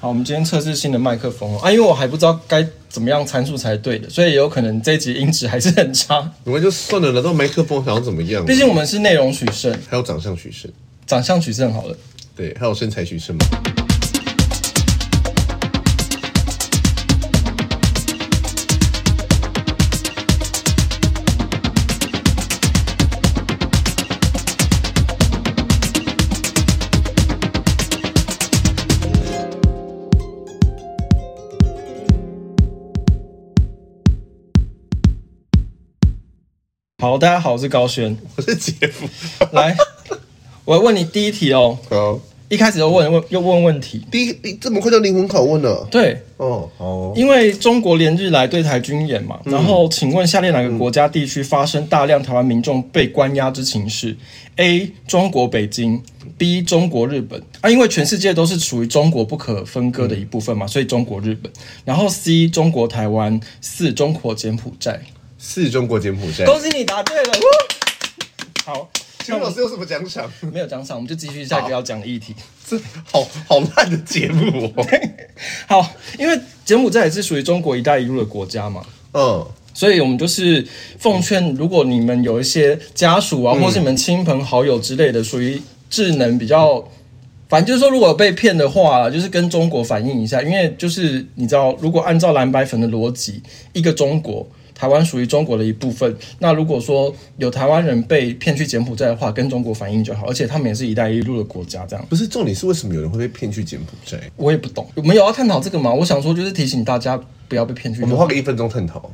好，我们今天测试新的麦克风哦啊，因为我还不知道该怎么样参数才对的，所以有可能这一集音质还是很差。 我们就算了，拿到麦克风想要怎么样？毕竟我们是内容取胜，还有长相取胜，长相取胜好了。对，还有身材取胜嘛。好，大家好，我是高轩。 我是姐夫。 来，我问你第一题哦，好，一开始就问问又问问题。第一，你这么快就灵魂拷问了？对，哦，好哦因为中国连日来对台军演嘛，然后请问下列哪个国家地区发生大量台湾民众被关押之情事？A. 中国北京，B. 中国日本啊，因为全世界都是属于中国不可分割的一部分嘛，所以中国日本。然后 C. 中国台湾，四中国柬埔寨。是中国柬埔寨。恭喜你答对了，呜好，请问老师有什么奖赏？ 没有奖赏，我们就继续下一个要讲的议题。 这好好烂的节目哦好，因为柬埔寨也是属于中国“一带一路”的国家嘛，哦。所以我们就是奉劝，如果你们有一些家属嗯啊，或是你们亲朋好友之类的，属于智能比较，反正就是说，如果有被骗的话，就是跟中国反映一下，因为就是你知道，如果按照蓝白粉的逻辑，一个中国。台湾属于中国的一部分。那如果说有台湾人被骗去柬埔寨的话，跟中国反映就好。而且他们也是一带一路的国家，这样嗯，不是重点是为什么有人会被骗去柬埔寨？我也不懂。我们有要探讨这个吗？我想说，就是提醒大家不要被骗去就好。我们花个一分钟探讨，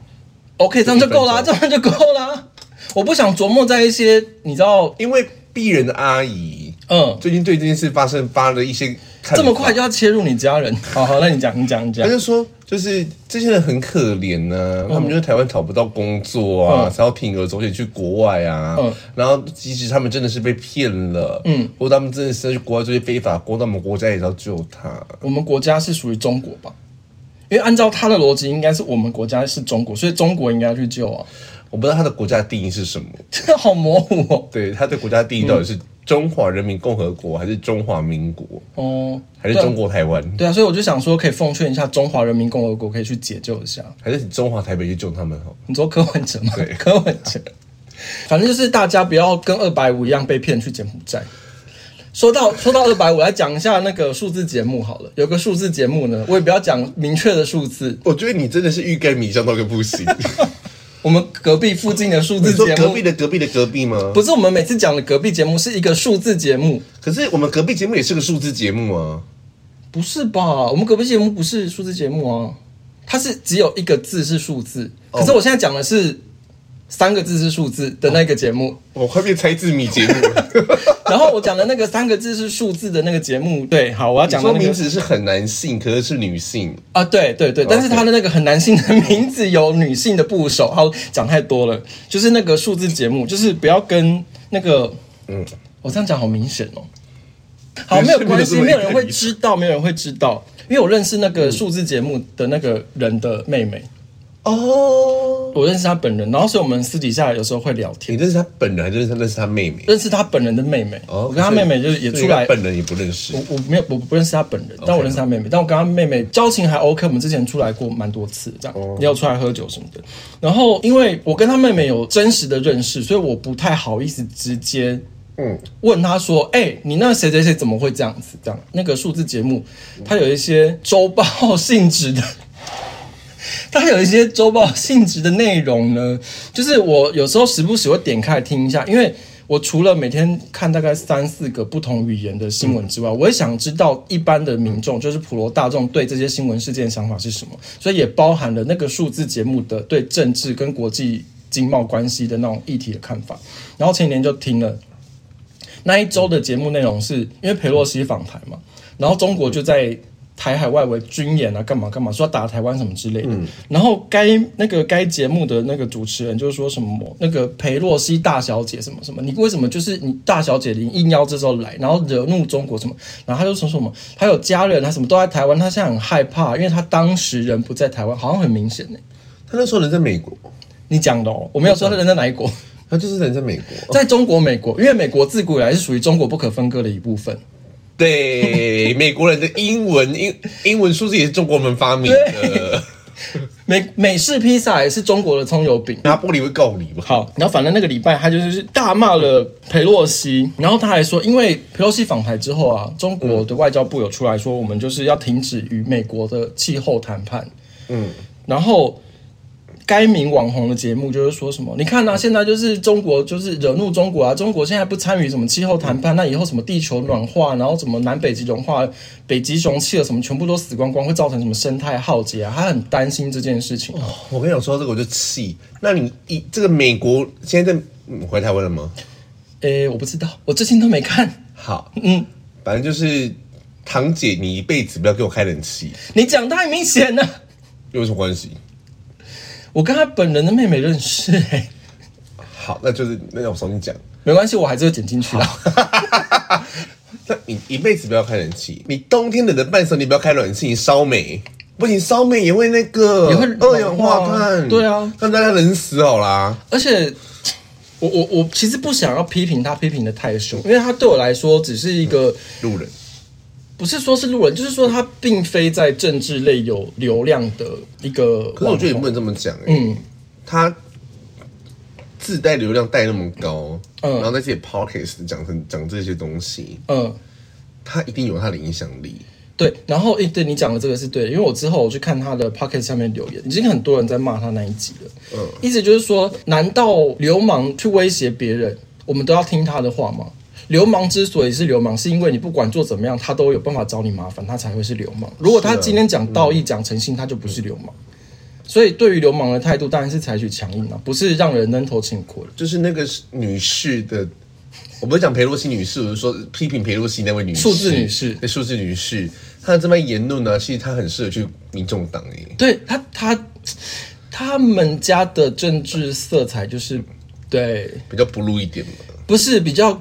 OK，这样就够啦，这样就够啦。 我不想琢磨在一些你知道，因为鄙人的阿姨嗯，最近对这件事发生发了一些看法这么快就要切入你家人， 好好，那你讲，你讲，你讲他。就说，就是这些人很可怜呐、他们就是台湾找不到工作啊，嗯才要铤而走险去国外啊。嗯然后即使他们真的是被骗了，嗯，或者他们真的是去国外这些非法工作，我们国家也要救他。我们国家是属于中国吧？因为按照他的逻辑，应该是我们国家是中国，所以中国应该去救啊。 我不知道他的国家定义是什么，这个好模糊哦。对他对国家定义到底是中华人民共和国，还是中华民国，哦，还是对啊中国台湾，对啊，所以我就想说，可以奉劝一下中华人民共和国，可以去解救一下。还是中华台北去救他们好了？你说柯文哲吗对？柯文哲，反正就是大家不要跟二百五一样被骗去柬埔寨。说到说到二百五，来讲一下那个数字节目好了。有个数字节目呢，我也不要讲明确的数字。我觉得你真的是欲盖弥彰到一个不行。我们隔壁附近的数 你字说节隔目壁，的隔壁的隔壁吗？不是我们每次讲的隔壁节目，是一个数字节目，可是我们隔壁节目也是个数字节目啊。不是吧？我们隔壁节目不是数字节目啊，它是只有一个字是数字。哦可是我现在讲的是三个字是数字的那个节目。我快变猜字谜 节目了。然后我讲的那个三个字是数字的那个节目，对，好，我要你讲的说那名个字是很男性，可是是女性。啊，对对对，但是他的那个很男性的名字有女性的部首，好，讲太多了，就是那个数字节目，就是不要跟那个，嗯，我这样讲好明显哦，好，没有关系，没有人会知道，没有人会知道，因为我认识那个数字节目的那个人的妹妹，哦，我认识她本人，然后所以我们私底下有时候会聊天你。认识他本人，还是认识他认识他妹妹？认识她本人的妹妹，哦，呃我跟她妹妹就是也所以出来哦他本人也不认识。我我没有我不认识他本人，但我认识他妹妹。但我跟他妹妹交情还 OK，我们之前出来过蛮多次，这样也有出来喝酒什么的。然后因为我跟他妹妹有真实的认识，所以我不太好意思直接嗯，问他说：“哎、你那谁谁谁怎么会这样子？”这样那个数字节目，它有一些周报 性质的。 它有一些周报性质的内容呢，就是我有时候时不时会点开来听一下，因为我除了每天看大概三四个不同语言的新闻之外，我也想知道一般的民众，就是普罗大众对这些新闻事件的想法是什么，所以也包含了那个数字节目的对政治跟国际经贸关系的那种议题的看法。然后前几年就听了那一周的节目内容是，因为佩洛西访台嘛，然后中国就在台海外围军演啊，干嘛干嘛，说要打台湾什么之类的。然后该那个该节目的那个主持人就说什么那个佩洛西大小姐什么什么，你为什么就是你大小姐你应邀这时候来，然后惹怒中国什么？然后他就说什么他有家人，啊他什么都在台湾，他现在很害怕，因为他当时人不在台湾，好像很明显呢、他那时候人在美国，你讲的哦，我没有说他人在哪一国，他就是人在美国。在中国、美国，因为美国自古以来是属于中国不可分割的一部分。对，美国人的英文英英文数字也是中国人发明的，美美式披萨也是中国的葱油饼。拿玻璃会告你吧？好，然后反正那个礼拜他就是大骂了佩洛西，然后他还说，因为佩洛西访台之后啊，中国的外交部有出来说，我们就是要停止与美国的气候谈判。嗯，然后该名网红的节目就是说什么，你看啊，现在就是中国就是惹怒中国啊，中国现在不参与什么气候谈判，那以后什么地球暖化，然后什么南北极融化、北极熊气了什么，全部都死光光，会造成什么生态浩劫啊，他很担心这件事情啊。我跟你讲，说到这个我就气。那你一这个美国现在在嗯回台湾了吗？诶，我不知道，我最近都没看。好，嗯，反正就是堂姐，你一辈子不要给我开冷气，你讲太明显了。有什么关系？我跟他本人的妹妹认识、欸，好，那就是那我重新讲。没关系，我还是会剪进去的。那你一辈子不要开冷气，你冬天冷的半死，你不要开冷气，你烧煤不行，烧煤也会那个也会二氧化暖化碳，对啊让大家冷死好啦。而且，我我我其实不想要批评他，批评的太凶，因为他对我来说只是一个，路人，不是说是路人，就是说他并非在政治类有流量的一个。可是我觉得你不能这么讲、欸，嗯，他自带流量带那么高，嗯然后在自己 podcast 讲成讲这些东西，嗯。他一定有他的影响力。对，然后诶，对你讲的这个是对的，因为我之后我去看他的 p o c k e t 下面留言，已经很多人在骂他那一集了。嗯，意思就是说，难道流氓去威胁别人，我们都要听他的话吗？流氓之所以是流氓，是因为你不管做怎么样，他都有办法找你麻烦，他才会是啊嗯流氓。如果他今天讲道义、讲诚信，他就不是流氓。所以对于流氓的态度，当然是采取强硬啊，不是让人扔头轻苦了。就是那个女士的，我不是讲裴洛西女士，我是说批评裴洛西那位女士，数字女士对，数字女士，她的这番言论呢，其实她很适合去民众党诶。对他，他他们家的政治色彩就是对。比较 blue 一点嘛。不是比较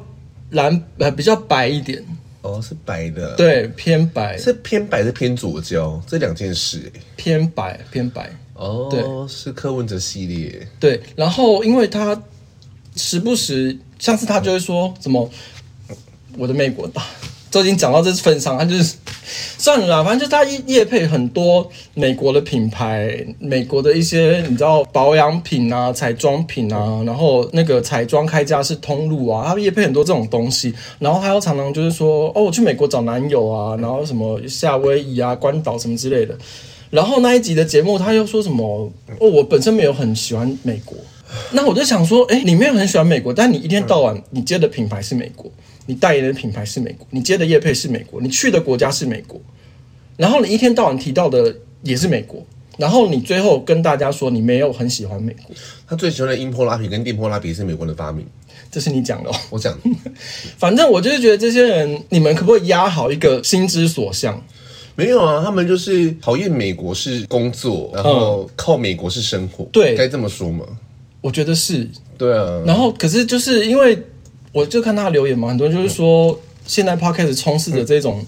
蓝呃比较白一点，哦，是白的，，对，偏白，是偏白是偏左交，这两件事哎、偏白，偏白，哦，对，是柯文哲系列，对。然后因为他时不时，上次他就会说怎么我的美国大。都已经讲到这份上，他就是算了啦，反正就是他业业配很多美国的品牌，美国的一些你知道保养品啊、彩妆品啊，然后那个彩妆开价是通路啊，他业配很多这种东西，然后他又常常就是说哦，我去美国找男友啊，然后什么夏威夷啊、关岛什么之类的，然后那一集的节目他又说什么哦，我本身没有很喜欢美国，那我就想说，哎、你没有很喜欢美国，但你一天到晚你接的品牌是美国，你代言的品牌是美国，你接的业配是美国，你去的国家是美国，然后你一天到晚提到的也是美国，然后你最后跟大家说你没有很喜欢美国，他最喜欢的音波拉皮跟电波拉皮是美国人的发明。这是你讲的、哦。我讲，反正我就是觉得这些人，你们可不可以压好一个心之所向？没有啊，他们就是讨厌美国是工作，然后靠美国是生活，对该这么说吗？我觉得是，对啊，然后可是就是因为我就看他的留言嘛，很多人就是说现在 podcast 充斥着这种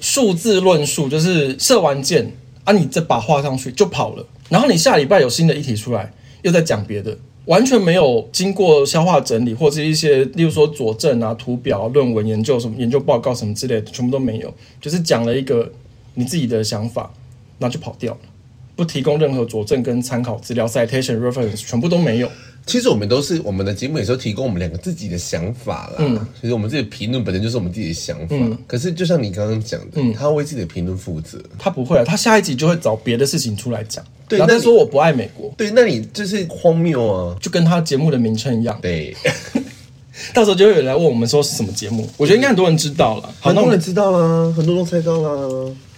数字论述，就是射完箭啊，你再把话上去就跑了，然后你下礼拜有新的议题出来，又在讲别的。完全没有经过消化整理，或是一些，例如说佐证啊、图表、啊、论文、研究什么、研究报告什么之类的，全部都没有，就是讲了一个你自己的想法，然后就跑掉了，不提供任何佐证跟参考资料、citation、reference，全部都没有。其实我们都是我们的节目也是提供我们两个自己的想法啦。其实我们自己的评论本身就是我们自己的想法。可是就像你刚刚讲的，他为自己的评论负责。他不会啊，他下一集就会找别的事情出来讲，对然后那再你说我不爱美国，对，那你就是荒谬啊！就跟他节目的名称一样， 对，到时候就会有人来问我们说是什么节目，我觉得应该很多人知道了。好，很那我多们人知道啦，很多人都猜到啦。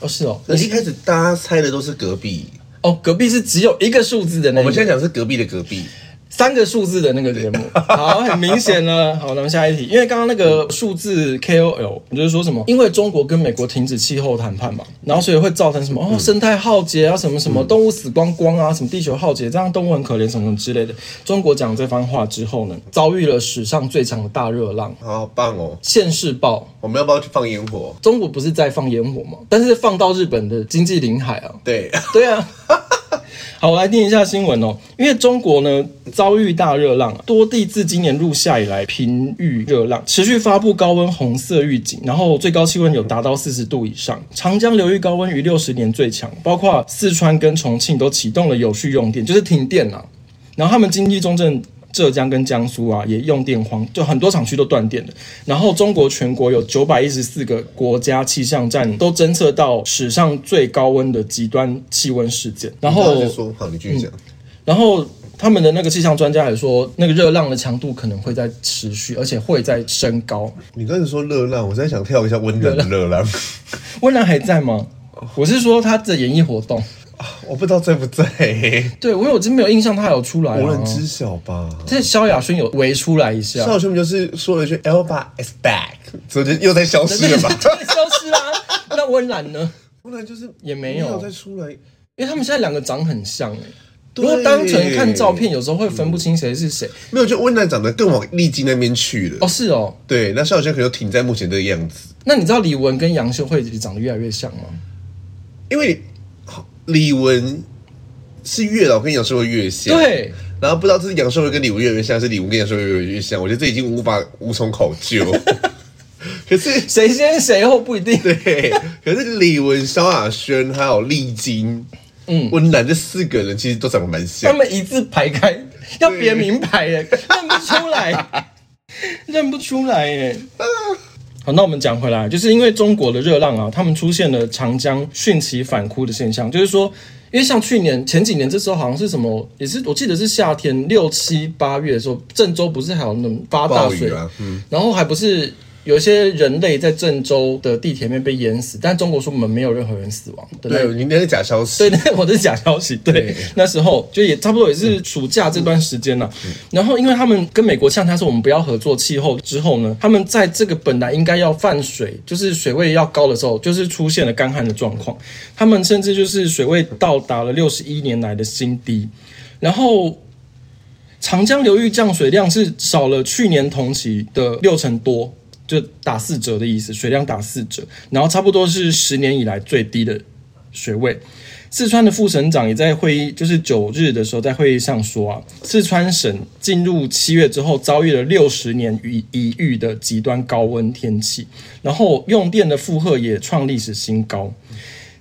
哦是哦，可是一开始大家猜的都是隔壁，哦隔壁是只有一个数字的那我个，们现在讲的是隔壁的隔壁。三个数字的那个节目，好，很明显了。好，那么下一题，因为刚刚那个数字 KOL，你就是说什么？因为中国跟美国停止气候谈判嘛，然后所以会造成什么哦，生态浩劫啊，什么什么动物死光光啊，什么地球浩劫，这样动物很可怜，什么什么之类的。中国讲这番话之后呢，遭遇了史上最长的大热浪。好棒哦！ 《现世报》我们要不要去放烟火？中国不是在放烟火吗？但是放到日本的经济领海啊，对，对啊，好，我来念一下新闻哦。因为中国呢遭遇大热浪、啊，多地自今年入夏以来频遇热浪，持续发布高温红色预警，然后最高气温有达到四十度以上。长江流域高温于六十年最强，包括四川跟重庆都启动了有序用电，就是停电了、然后他们经济重镇浙江跟江苏啊，也用电荒，就很多厂区都断电了。然后中国全国有九百一十四个国家气象站都侦测到史上最高温的极端气温事件。然后就说好，你继续讲。然后他们的那个气象专家还说，那个热浪的强度可能会在持续，而且会在升高。你刚才说热浪，我在想跳一下温冷的热浪，温岚还在吗？我是说他的演艺活动， 我不知道在不 在，对我有真没有印象他有出来、啊。无人知晓吧？这萧亚轩有围出来一下，邵轩就是说了一句 “Elba is back”，所以就又在消失了吧？真的 消失啦、那温岚呢？不然就是也没有没有再出来。因为他们现在两个长很像、欸，对如果单纯看照片，有时候会分不清谁是谁。没有，就温岚长得更往丽晶那边去了。哦，是哦。对，那邵轩可能就停在目前这个样子，那你知道李玟跟杨秀慧长得越来越像吗？因为你好李玟是越老跟杨秀慧越像，对。然后不知道这是杨秀慧跟李玟越来越像，还是李玟跟杨秀慧越来越像，我觉得这已经无法无从考究。 可是，谁先谁后不一定。对，可是李玟、萧亚轩还有丽晶，嗯，温岚这四个人其实都长得蛮他像。们一字排开，要别名牌耶，认不出来， 认不出来耶。好，那我们讲回来，就是因为中国的热浪啊，他们出现了长江汛期反枯的现象，就是说，因为像去年前几年这时候好像是什么，也是我记得是夏天六七八月的时候，郑州不是还有那种发大暴水雨啊嗯然后还不是。有一些人类在郑州的地铁面被淹死，但中国说我们没有任何人死亡的那对，你那是假消息。对，那我的假消息。对，那时候就也差不多也是暑假这段时间了、然后，因为他们跟美国呛他说我们不要合作气候之后呢，他们在这个本来应该要泛水，就是水位要高的时候，就是出现了干旱的状况。他们甚至就是水位到达了六十一年来的新低，然后。长江流域降水量是少了去年同期的六成多，就打四折的意思，水量打四折，然后差不多是十年以来最低的水位。四川的副省长也在会议，就是九日的时候，在会议上说啊，四川省进入七月之后，遭遇了六十年一一遇的极端高温天气，然后用电的负荷也创历史新高，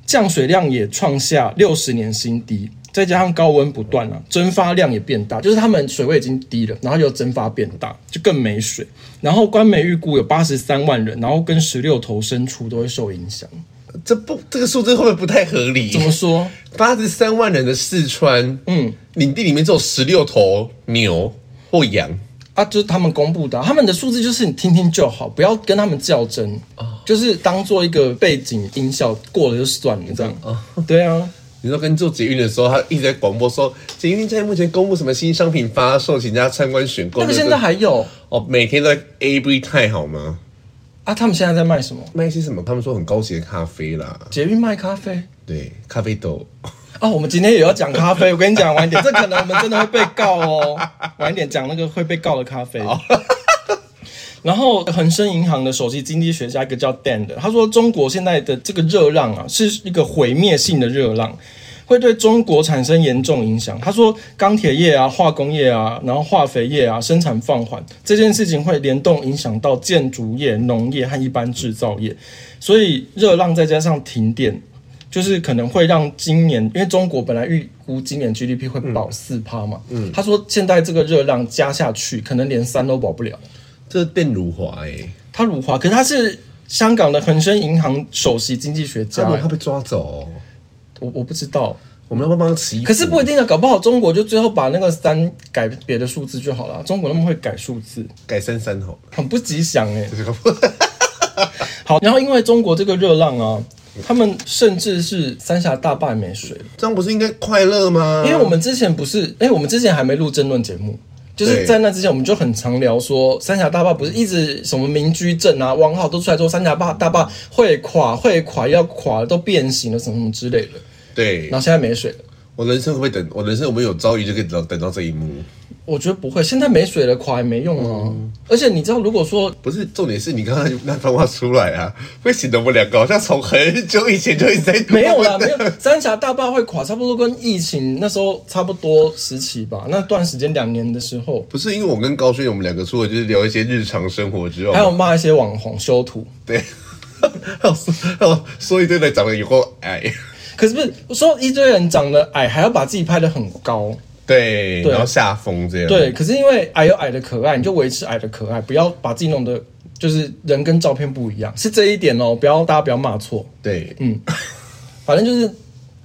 降水量也创下六十年新低，再加上高温不断啊，蒸发量也变大，就是他们水位已经低了，然后又蒸发变大，就更没水。然后官媒预估有八十三万人，然后跟十六头牲畜都会受影响。这不这个数字会不会不太合理？怎么说？八十三万人的四川，嗯，领地里面只有十六头牛或羊，啊，就是他们公布的啊、他们的数字就是你听听就好，不要跟他们较真，就是当做一个背景音效过了就算了这样。对啊，你说跟做捷运的时候，他一直在广播说，捷运在目前公布什么新商品发售，请大家参观选购。那个现在还有哦，每天都在 every time 好吗？啊，他们现在在卖什么？卖一些什么？他们说很高级的咖啡啦，捷运卖咖啡对，咖啡豆。啊，我们今天也要讲咖啡。我跟你讲，晚一点，这可能我们真的会被告哦。晚一点讲那个会被告的咖啡。然后恒生银行的首席经济学家一个叫 Dan 的，他说中国现在的这个热浪啊，是一个毁灭性的热浪，会对中国产生严重影响。他说钢铁业啊、化工业啊、然后化肥业啊生产放缓，这件事情会联动影响到建筑业、农业和一般制造业，所以热浪再加上停电。就是可能会让今年，因为中国本来预估今年 GDP 会保四趴嘛，嗯，他说现在这个热浪加下去，可能连三都保不了。这变如华哎、欸，他辱华，可是他是香港的恒生银行首席经济学这家、样他欸被抓走、哦我我不知道。我们要帮他祈福。可是不一定啊，搞不好中国就最后把那个三改别的数字就好了。中国那么会改数字，改三三好了，很不吉祥 哎、好，然后因为中国这个热浪啊，他们甚至是三峡大坝也没水了，这样不是应该快乐吗？因为我们之前不是，哎、我们之前还没录争论节目。就是对在那之前，我们就很常聊说，三峡大坝不是一直什么民居镇啊、汪浩都出来说三峡坝大坝会垮、会垮、要垮了，都变形了什么什么之类的。对然后现在没水了，我人生会不会等？我人生有没有遭遇就可以等到等到这一幕？我觉得不会，现在没水了，垮也没用啊。而且你知道，如果说不是，重点是你刚刚那番话出来啊，会显得我们两个好像从很久以前就一直在 没有 啦，没有三峡大坝会垮，差不多跟疫情那时候差不多时期吧。那段时间两年的时候，不是因为我跟高轩我们两个除了就是聊一些日常生活之外，还有骂一些网红修图，对，还有说还有说一堆人长得以后矮，可是不是说一堆人长得矮，还要把自己拍得很高。对，对然后下风这样，对，可是因为矮有矮的可爱，你就维持矮的可爱，不要把自己弄得就是人跟照片不一样，是这一点哦，不要大家不要骂错。对，嗯，反正就是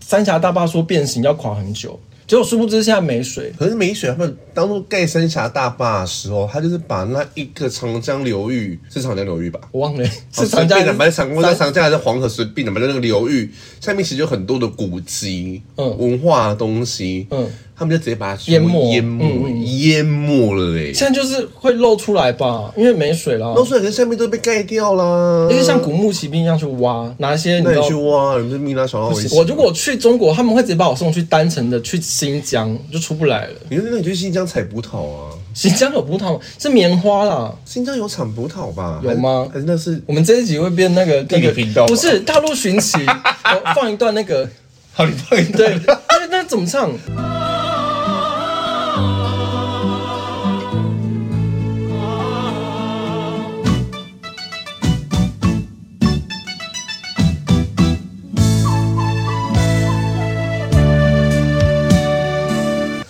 三峡大坝说变形要垮很久，结果殊不知现在没水，可是美雪他们当初盖三峡大坝的时候，他就是把那一个长江流域是长江流域吧？我忘了好是长江哦随便的，还反是正长江、长江还是黄河，随便的，反正那个流域下面其实有很多的古迹、嗯文化的东西，嗯他们就直接把它淹没淹没、嗯嗯淹没了嘞、欸。现在就是会露出来吧，因为没水啦。露出来，可是下面都被盖掉啦。因为像古墓骑兵一样去挖，拿一些你那知你道去。挖，你就命他小到危险。我如果去中国，他们会直接把我送去单程的去新疆，就出不来了。你就那你去新疆采葡萄啊？新疆有葡萄吗？是棉花啦。新疆有产葡萄吧？有吗还是还是那 是我们这一集会变那个那地理个频道吧不是大陆寻 奇，我放一段那个好，你放一段对，那那怎么唱？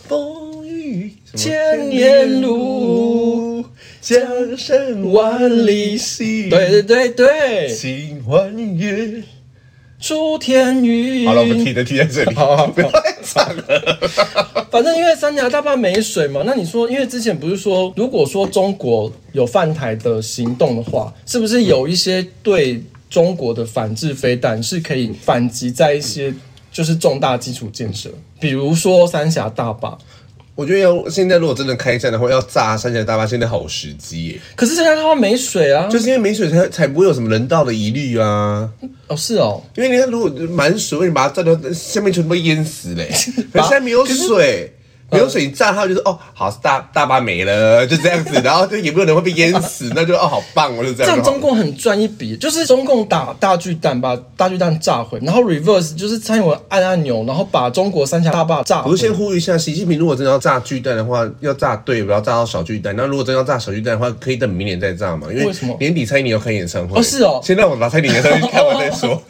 风雨千年路，江山万里行对对对对，心还原。出天云。好了，我们停的停在这里，好好好不要再唱了。反正因为三峡大坝没水嘛，那你说，因为之前不是说，如果说中国有犯台的行动的话，是不是有一些对中国的反制飞弹是可以反击在一些就是重大基础建设，比如说三峡大坝。我觉得要现在如果真的开战的话，要炸三峡大坝，现在好时机耶，可是三峡大坝没水啊，就是因为没水才才不会有什么人道的疑虑啊。哦是哦，因为你看，如果满水位，你把它炸到下面全部都淹死嘞，可把是现在没有水。没有水，你炸它就是哦，好大大巴没了，就这样子，然后就也没有人会被淹死，那就哦好棒哦，就这这样就样好了。中共很赚一笔，就是中共打大巨蛋，把大巨蛋炸毁，然后 reverse 就是蔡英文按按钮，然后把中国三峡大坝炸毁我就。先呼吁一下，习近平如果真的要炸巨蛋的话，要炸对，不要炸到小巨蛋。那如果真的要炸小巨蛋的话，可以等明年再炸嘛，因为什么年底蔡依林要开演唱会。哦是哦先让我拿蔡依林演唱会看完再 说。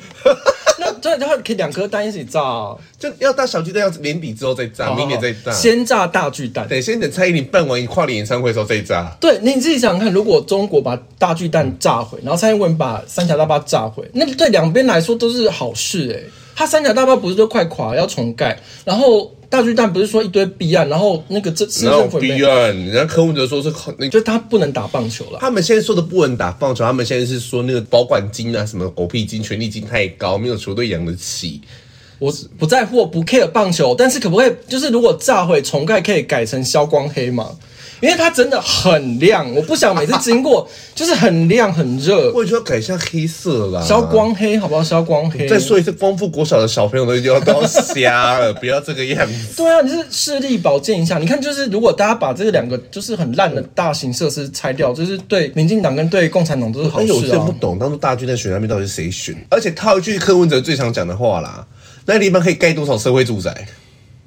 那对，然后可以两颗蛋一起炸、啊，就要炸小巨蛋，要年底之后再炸，啊明年再炸。哦先炸大巨蛋。对，先等蔡依林办完跨年演唱会的时候再炸。对，你自己想想看，如果中国把大巨蛋炸毁，然后蔡英文把三峡大坝炸毁，那对两边来说都是好事哎、他三峡大坝不是都快垮了要重盖，然后大巨蛋不是说一堆弊案，然后那个这市然后政府也没逼啊，人家柯文哲说是那就他不能打棒球了。他们现在说的不能打棒球，他们现在是说那个保管金啊、什么狗屁金、权利金太高，没有球队养得起。我不在乎，我不 care 棒球，但是可不可以就是如果炸毁重盖，可以改成消光黑嘛？因为它真的很亮，我不想每次经过 就是很亮很热，我也觉得要改一下黑色啦，消光黑好不好？消光黑。再说一次，光复国小的小朋友都要都要瞎 了，不要这个样子。对啊，你是视力保健一下。你看，就是如果大家把这两个就是很烂的大型设施拆掉，就是对民进党跟对共产党都是好而且我事真啊哎不。懂，当初大军在选那边到底是谁选？而且套一句柯文哲最常讲的话啦，那个地方可以盖多少社会住宅？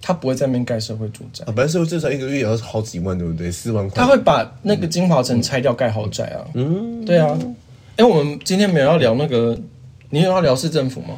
他不会在那边盖社会住宅啊，，本来社会住宅一个月也要好几万，对不对？四万块。他会把那个金华城拆掉盖豪宅啊。嗯，对啊。哎、我们今天没有要聊那个，你有要聊市政府吗？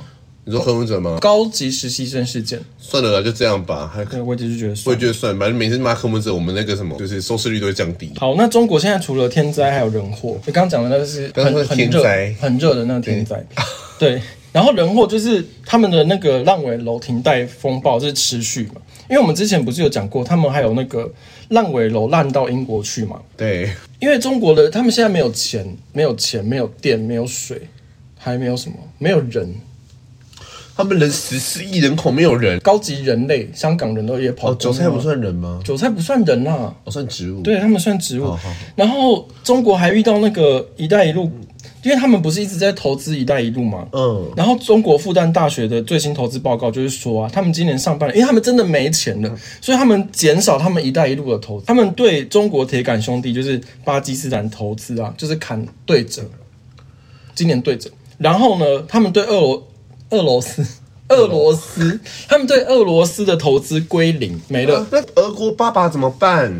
你说柯文哲吗？高级实习生事件，算了啦，就这样吧。还对我只是觉得我算也觉得算了，反正每次骂柯文哲，我们那个什么，就是收视率都会降低。好，那中国现在除了天灾还有人祸，你刚刚讲的那个是刚刚很说很天热灾很热的那个天灾， 对。然后人祸就是他们的那个烂尾楼停贷风暴是持续嘛，因为我们之前不是有讲过，他们还有那个烂尾楼烂到英国去嘛，对，因为中国的他们现在没有钱，没有钱，没有电，没有水，还没有什么，没有人，他们人十四亿人口没有人，高级人类，香港人都也跑哦，光韭了菜不，算人吗？韭菜不算人啊啦、哦，算植物。对他们算植物好好。然后中国还遇到那个“一带一路”，因为他们不是一直在投资“一带一路”吗？嗯，然后中国复旦大学的最新投资报告就是说啊，他们今年上半年，因为他们真的没钱嗯了，所以他们减少他们“一带一路”的投资，他们对中国铁杆兄弟就是巴基斯坦投资啊，就是砍对折，今年对折。然后呢，他们对俄罗俄罗斯。俄罗斯，他们对俄罗斯的投资归零，没了。那俄国爸爸怎么办？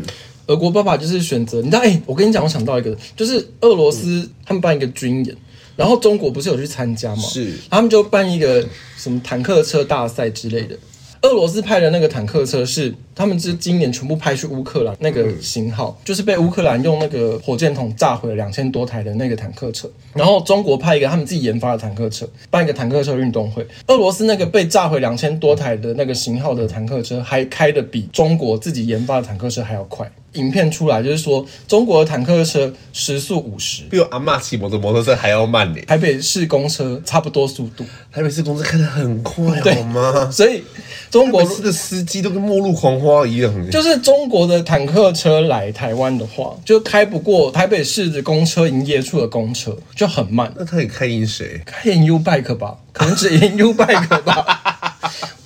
俄国爸爸就是选择，你知道？哎、我跟你讲，我想到一个，就是俄罗斯他们办一个军演，然后中国不是有去参加吗？是他们就办一个什么坦克车大赛之类的。俄罗斯派的那个坦克车是他们是今年全部派去乌克兰那个型号，就是被乌克兰用那个火箭筒炸毁了两千多台的那个坦克车。然后中国派一个他们自己研发的坦克车，办一个坦克车运动会。俄罗斯那个被炸毁两千多台的那个型号的坦克车，还开的比中国自己研发的坦克车还要快。影片出来就是说，中国的坦克车时速五十，比我阿嬷骑摩托摩托车还要慢呢、台北市公车差不多速度。台北市公司开得很快， 对好吗？所以中国我司的司机都跟末路狂花一样欸，就是中国的坦克车来台湾的话，就开不过台北市的公车营业处的公车，就很慢。那他也开赢谁？开赢 U Bike 吧，可能只赢 U Bike 吧，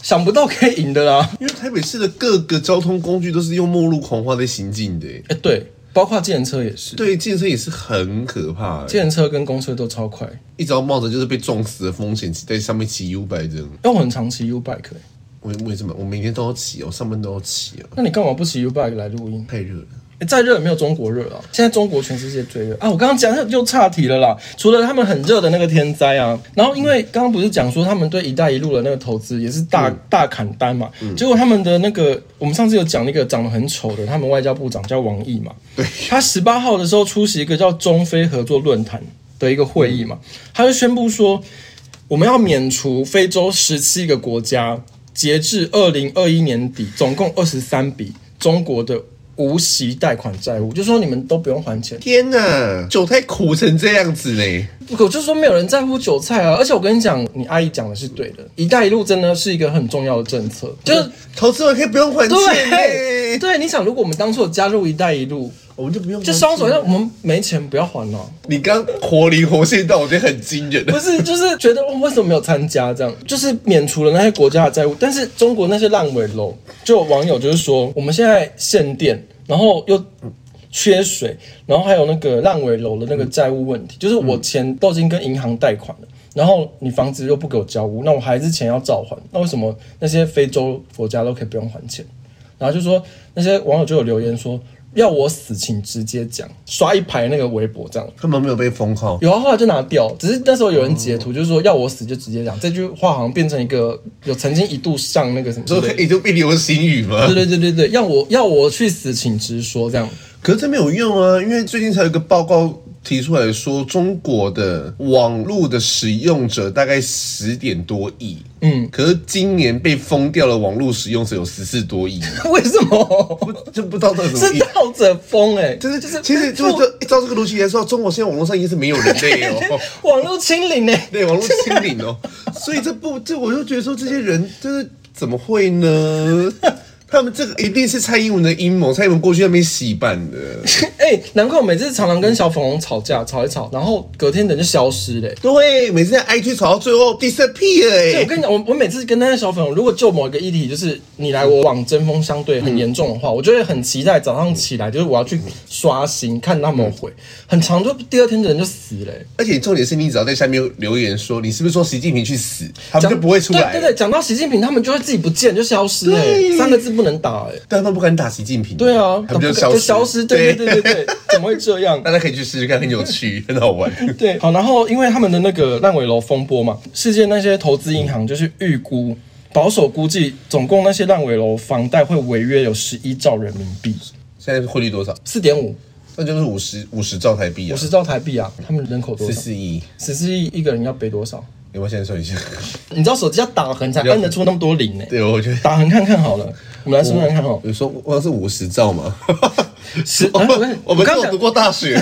想不到可以赢的啦。因为台北市的各个交通工具都是用末路狂花在行进的欸，哎、对，包括计程车也是，对，健身也是很可怕欸，计程车跟公车都超快。一直要冒着就是被撞死的风险，在上面骑 U 拜这样。因为我很常骑 U Bike，、欸、我我也是蛮，我每天都要骑哦，上班都要骑哦，那你干嘛不骑 U Bike 来录音？太热了。欸、再热也没有中国热啊！现在中国全世界最热啊！我刚刚讲又岔题了啦。除了他们很热的那个天灾啊，然后因为刚刚不是讲说他们对“一带一路”的那个投资也是大、大砍单嘛，结果他们的那个我们上次有讲那个长得很丑的，他们外交部长叫王毅嘛，对，他十八号的时候出席一个叫中非合作论坛的一个会议嘛，他就宣布说，我们要免除非洲十七个国家截至二零二一年底总共二十三笔中国的无息贷款债务，就说你们都不用还钱。天哪，韭菜苦成这样子呢！我就说没有人在乎韭菜啊，而且我跟你讲，你阿姨讲的是对的，“一带一路”真的是一个很重要的政策，就是投资完可以不用还对钱呢，对，你想，如果我们当初有加入“一带一路我们就不用”，还就钱双手，那我们没钱不要还啊了、你刚活灵活现到，我觉得很惊人。不是，就是觉得哦为什么没有参加？这样就是免除了那些国家的债务，但是中国那些烂尾楼，就有网友就是说，我们现在限电，然后又缺水，然后还有那个烂尾楼的那个债务问题，就是我钱都已经跟银行贷款了。然后你房子又不给我交屋，那我还是钱要照还。那为什么那些非洲国家都可以不用还钱？然后就说那些网友就有留言说，要我死请直接讲，刷一排那个微博这样。他们没有被封号，有啊，后来就拿掉。只是那时候有人截图，就是说要我死就直接讲这句话，好像变成一个有曾经一度上那个什么之所类的，以就被流行语嘛对。对对对对，要我要我去死，请直说这样。可是这没有用啊，因为最近才有一个报告提出来说，中国的网络的使用者大概十点多亿，嗯，可是今年被封掉了网络使用者有十四多亿，为什么？不就不知道这是什么是意思。倒者风哎、就是就是，其实就是这照这个逻辑来说，中国现在网络上已经是没有人类哦，网络清零哎、对，网络清零 哦，所以这不这我就觉得说这些人就是怎么会呢？他们这个一定是蔡英文的阴谋，蔡英文过去那边洗版的。 哎、难怪我每次常常跟小粉红吵架，吵一吵，然后隔天人就消失嘞、对，每次在 IG 吵到最后 disappear 哎、对，我 跟你讲，我我每次跟那些小粉红，如果就某一个议题，就是你来我往针锋相对很严重嗯的话，我就会很期待早上起来，就是我要去刷新看他们嗯回，很长就第二天的人就死了、欸。而且重点是你只要在下面留言说你是不是说习近平去死，他们就不会出来。对对对，讲到习近平，他们就会自己不见，就消失哎、对三个字不能打哎、但他们不敢打习近平。对啊，他们就不消就消失，对对对对， 对对，怎么会这样？大家可以去试试看，很有趣， 很好玩。对，好，然后因为他们的那个烂尾楼风波嘛，世界那些投资银行就是预估。保守估计，总共那些烂尾楼房贷会违约有十一兆人民币，现在汇率多少？四点五那就是五十五十兆台币五啊，十兆台币啊！他们人口多十少？四亿。十四亿一个人要背多少？要不要现在算一下？ 你知道手机要打横才按得出那么多零呢、对，我觉得打横看看好了，我们来算算看好。有时候哦我要是五十 兆嘛，十，我哎们我我们刚都讲有读过大学，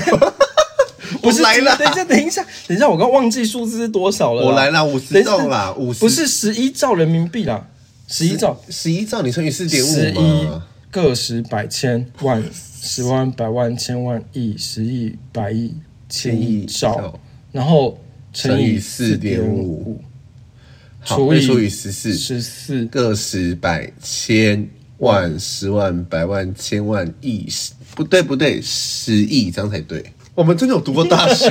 不是我来啦等一下，等一下，等一下，我刚忘记数字是多少了。我来啦50等一下兆啦50不是十一兆人民币啦，十一兆，十一兆，你乘以四点十五一嘛，个十百千万十万百万千万亿十亿百亿千亿兆然后乘乘以以4.5好除再以除以十四，十四个十百千万十万百万千万亿，十不对不对，十亿这样才对。我们真的有读过大 学。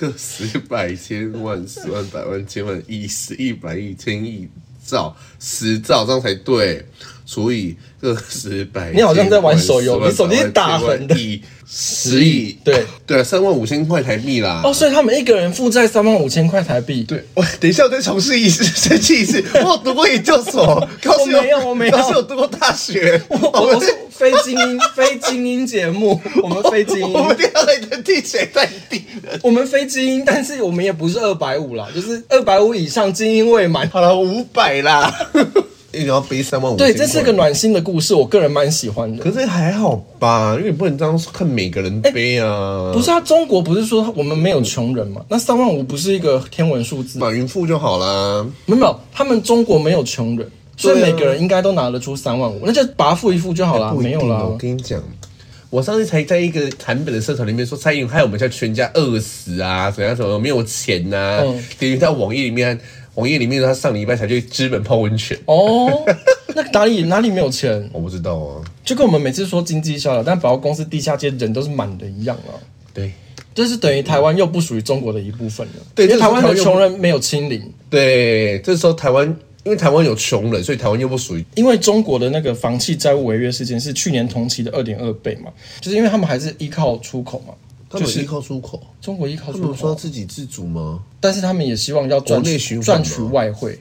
个十百千万十万百万千万亿十亿百亿千亿兆十兆这样才对，除以个十百千万，你好像在玩手游十万你手机是百打万千万横的亿十亿，对对啊，三万五千块台币啦。哦，所以他们一个人负债三万五千块台币。对，我等一下，我再重试一次，生气 一次。我有读过研究所，高兴我没有我没有高兴有读过大学。我我我们是非精英 非精英节目，我们非精 我们英，第二类的地谁在地人？我们非精英，但是我们也不是二百五啦，就是二百五以上精英未 满。好了，五百啦， 你要背三万五。对，这是个。暖心的故事，我个人蛮喜欢的。可是还好吧，因为你不能这样看每个人背啊。不是啊，中国不是说我们没有穷人嘛？那三万五不是一个天文数字吗？马云富就好啦。没有没有，他们中国没有穷人，所以对啊每个人应该都拿得出三万五，那就把它付一付就好啦，不一没定有啦哦。我跟你讲，我上次才在一个韩本的社团里面说，蔡英文害我们家全家饿死啊，怎样怎么没有钱呐、啊嗯？点进到网页里面，网页里面他上礼拜才去资本泡温泉，哦，那哪里哪里没有钱？我不知道啊。就跟我们每次说经济效益，但百货公司地下街人都是满的一样啊。对就是等于台湾又不属于中国的一部分了。对因为这台是湾条的约穷人没有清零，对，这时候台湾因为台湾有穷人，所以台湾又不属于因为中国的那个房企债务违约事件是去年同期的二点二倍嘛，就是因为他们还是依靠出口嘛，他就们是依靠出口，中国依靠他出们说口，啊自给自足吗？但是他们也希望要赚国内取循环赚嘛哦取外汇。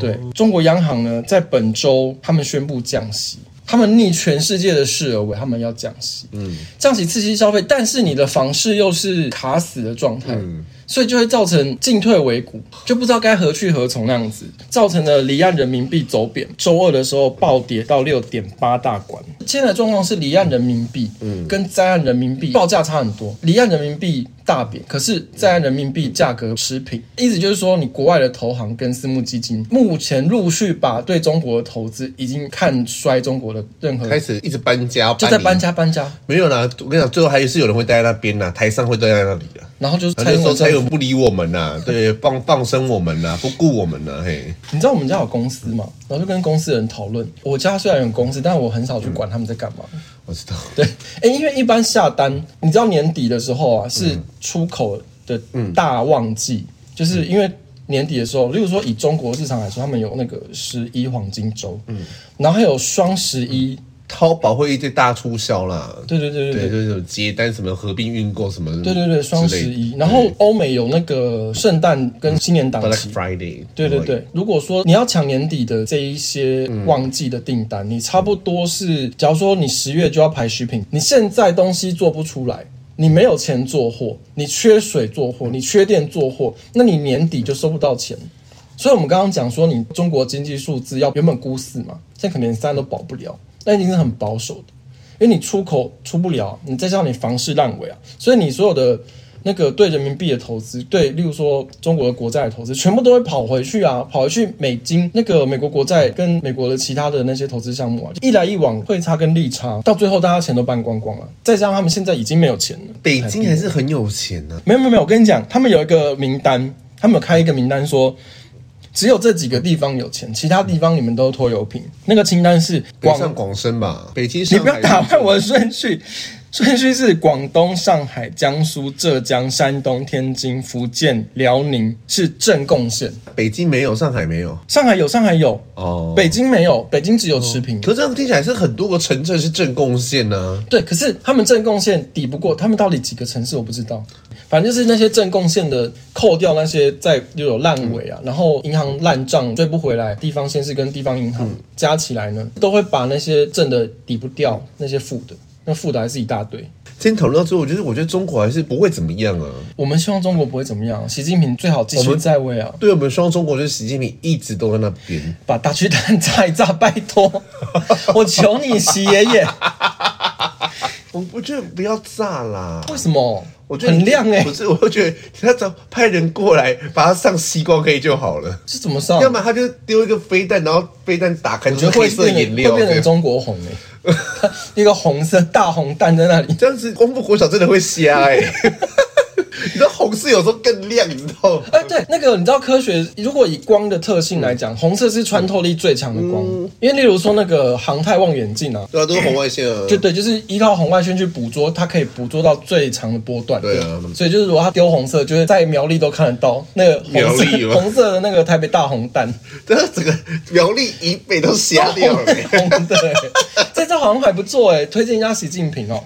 对，中国央行呢，在本周他们宣布降息，他们逆全世界的势而为，他们要降息，嗯，降息刺激消费，但是你的房市又是卡死的状态，嗯所以就会造成进退维谷，就不知道该何去何从那样子，造成了离岸人民币走贬，周二的时候暴跌到六点八大关。现在的状况是离岸人民币，嗯跟在岸人民币报价差很多，离岸人民币大贬，可是在岸人民币价格持平，意思就是说，你国外的投行跟私募基金目前陆续把对中国的投资已经看衰中国的任何开，始一直搬家，就在移搬。家搬家，没有啦，我跟你讲，最后还是有人会待在那边啦，台上会待在那里啦。然后就是他蔡就英说文蔡政英府文不理我们呐、对，放放生我们呐、不顾我们呐、嘿，你知道我们家有公司嘛？然后就跟公司的人讨论。我家虽然有公司，但我很少去管他们在干嘛。我知道，对，哎，因为一般下单，你知道年底的时候啊，是出口的大旺季，就是因为年底的时候，例如说以中国市场来说，他们有那个十一黄金周，嗯，然后还有双十一，淘宝会一堆大促销啦，对对对对对。对，就是有接单什么合并运购什么之类对的，对对，双十一，然后欧美有那个圣诞跟新年档期，Black，Friday，对对对，如果说你要抢年底的这一些旺季的订单，你差不多是，假如说你十月就要排食品，你现在东西做不出来，你没有钱做货，你缺水做货，你缺电做货，那你年底就收不到钱。所以我们刚刚讲说，你中国经济数字要原本估四嘛，现在可能连三都保不了，那已经是很保守的，因为你出口出不了，你再加上你房市烂尾啊，所以你所有的那个对人民币的投资，对，例如说中国的国债的投资，全部都会跑回去啊，跑回去美金那个美国国债跟美国的其他的那些投资项目啊，一来一往汇差跟利差，到最后大家钱都搬光光了，再加上他们现在已经没有钱了，北京还是很有钱呢、没有没有没有，我跟你讲，他们有一个名单，他们有开一个名单说，只有这几个地方有钱，其他地方你们都拖油瓶。那个清单是北广，上广深吧，北京你上不要海，打乱我的顺序，顺序是广东、上海、江苏、浙江、山东、天津、福建、辽宁是正贡县，北京没有，上海没有，上海有上海有，哦北京没有，北京只有持平。可是这样听起来是很多个城镇是正贡献啊呢、对，可是他们正贡献抵不过，他们到底几个城市我不知道，反正就是那些正贡献的，扣掉那些在又有烂尾嗯啊，然后银行烂账追不回来，地方县市跟地方银嗯行加起来呢，都会把那些正的抵不掉，那些负的，那负的还是一大堆。今天讨论到最后，我觉得我觉得中国还是不会怎么样啊。我们希望中国不会怎么样，习近平最好继续在位啊，对我们双中国，就是习近平一直都在那边。把大巨蛋炸一炸，拜托， 我求你，习爷爷，我我觉得不要炸啦，为什么？我觉得很亮哎、不是，我就觉得他找派人过来把它上吸光黑就好了，这怎么上？要么他就丢一个飞弹，然后飞弹打开哦我觉就得是黑会色变颜成料会变成的。中国红欸 诶、一个红色大红蛋在那里。 这样子，光复国小真的会瞎哎、欸你知道红色有时候更亮，你知道吗？哎，对，那个你知道科学，如果以光的特性来讲，红色是穿透力最强的光，嗯因为例如说那个航太望远镜啊，对啊，都是红外线啊。就对，就是依靠红外线去捕捉，它可以捕捉到最长的波段。对啊所以就是如果它丢红色，就是在苗栗都看得到那个红 苗栗色吗红色的那个台北大红 蛋，但是整个苗栗以北都瞎掉 了、红的、欸，这招好像还不错哎、推荐一下习近平哦。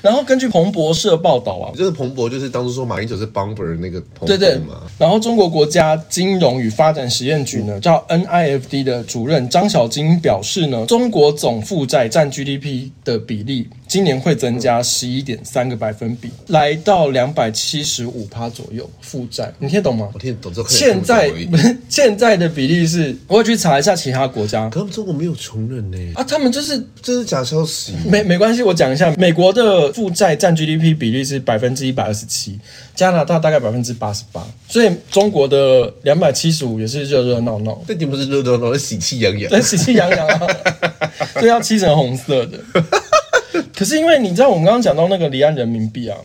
然后根据彭博社报道啊，就是彭博，就是当初说马英九是 Bumper 那个彭对对博嘛，，然后中国国家金融与发展实验嗯局呢，叫 NIFD 的主任张小金表示呢，中国总负债占 GDP 的比例今年会增嗯加十一点三个百分比，来到两百七十五趴左右负债，你听得懂吗我？听懂这现在不是 现在的比例是，我会去查一下其他国家可他们中国没有穷人呢、啊，他们就是这是假 消息。没没关系，我讲一下，美国的负债占 GDP 比例是百分之一百二十七，加拿大大概百分之八十八，所以中国的两百七十五也是热热闹闹，这你不是热热闹，是喜气洋洋。很喜气洋洋啊，所以要漆成红色的。可是因为你知道，我们刚刚讲到那个离岸人民币啊，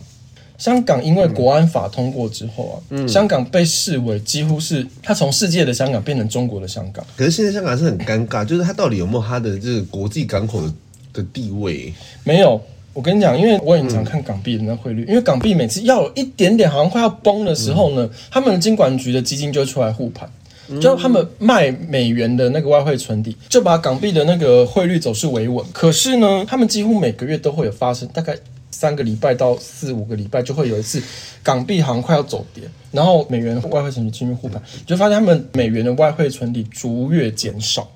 香港因为国安法通过之后啊，香港被视为几乎是它从世界的香港变成中国的香港。可是现在香港是很尴尬， 就是它到底有没有它的这个国际港口的的地位？没有，我跟你讲，因为我也很常看港币的那汇率，因为港币每次要有一点点好像快要崩的时候呢，他们的金管局的基金就会出来护盘。就他们卖美元的那个外汇存底，就把港币的那个汇率走势维稳。可是呢，他们几乎每个月都会有发生，大概三个礼拜到四五个礼拜就会有一次港币好像快要走跌，然后美元外汇存底进行护盘，你就发现他们美元的外汇存底逐月减少。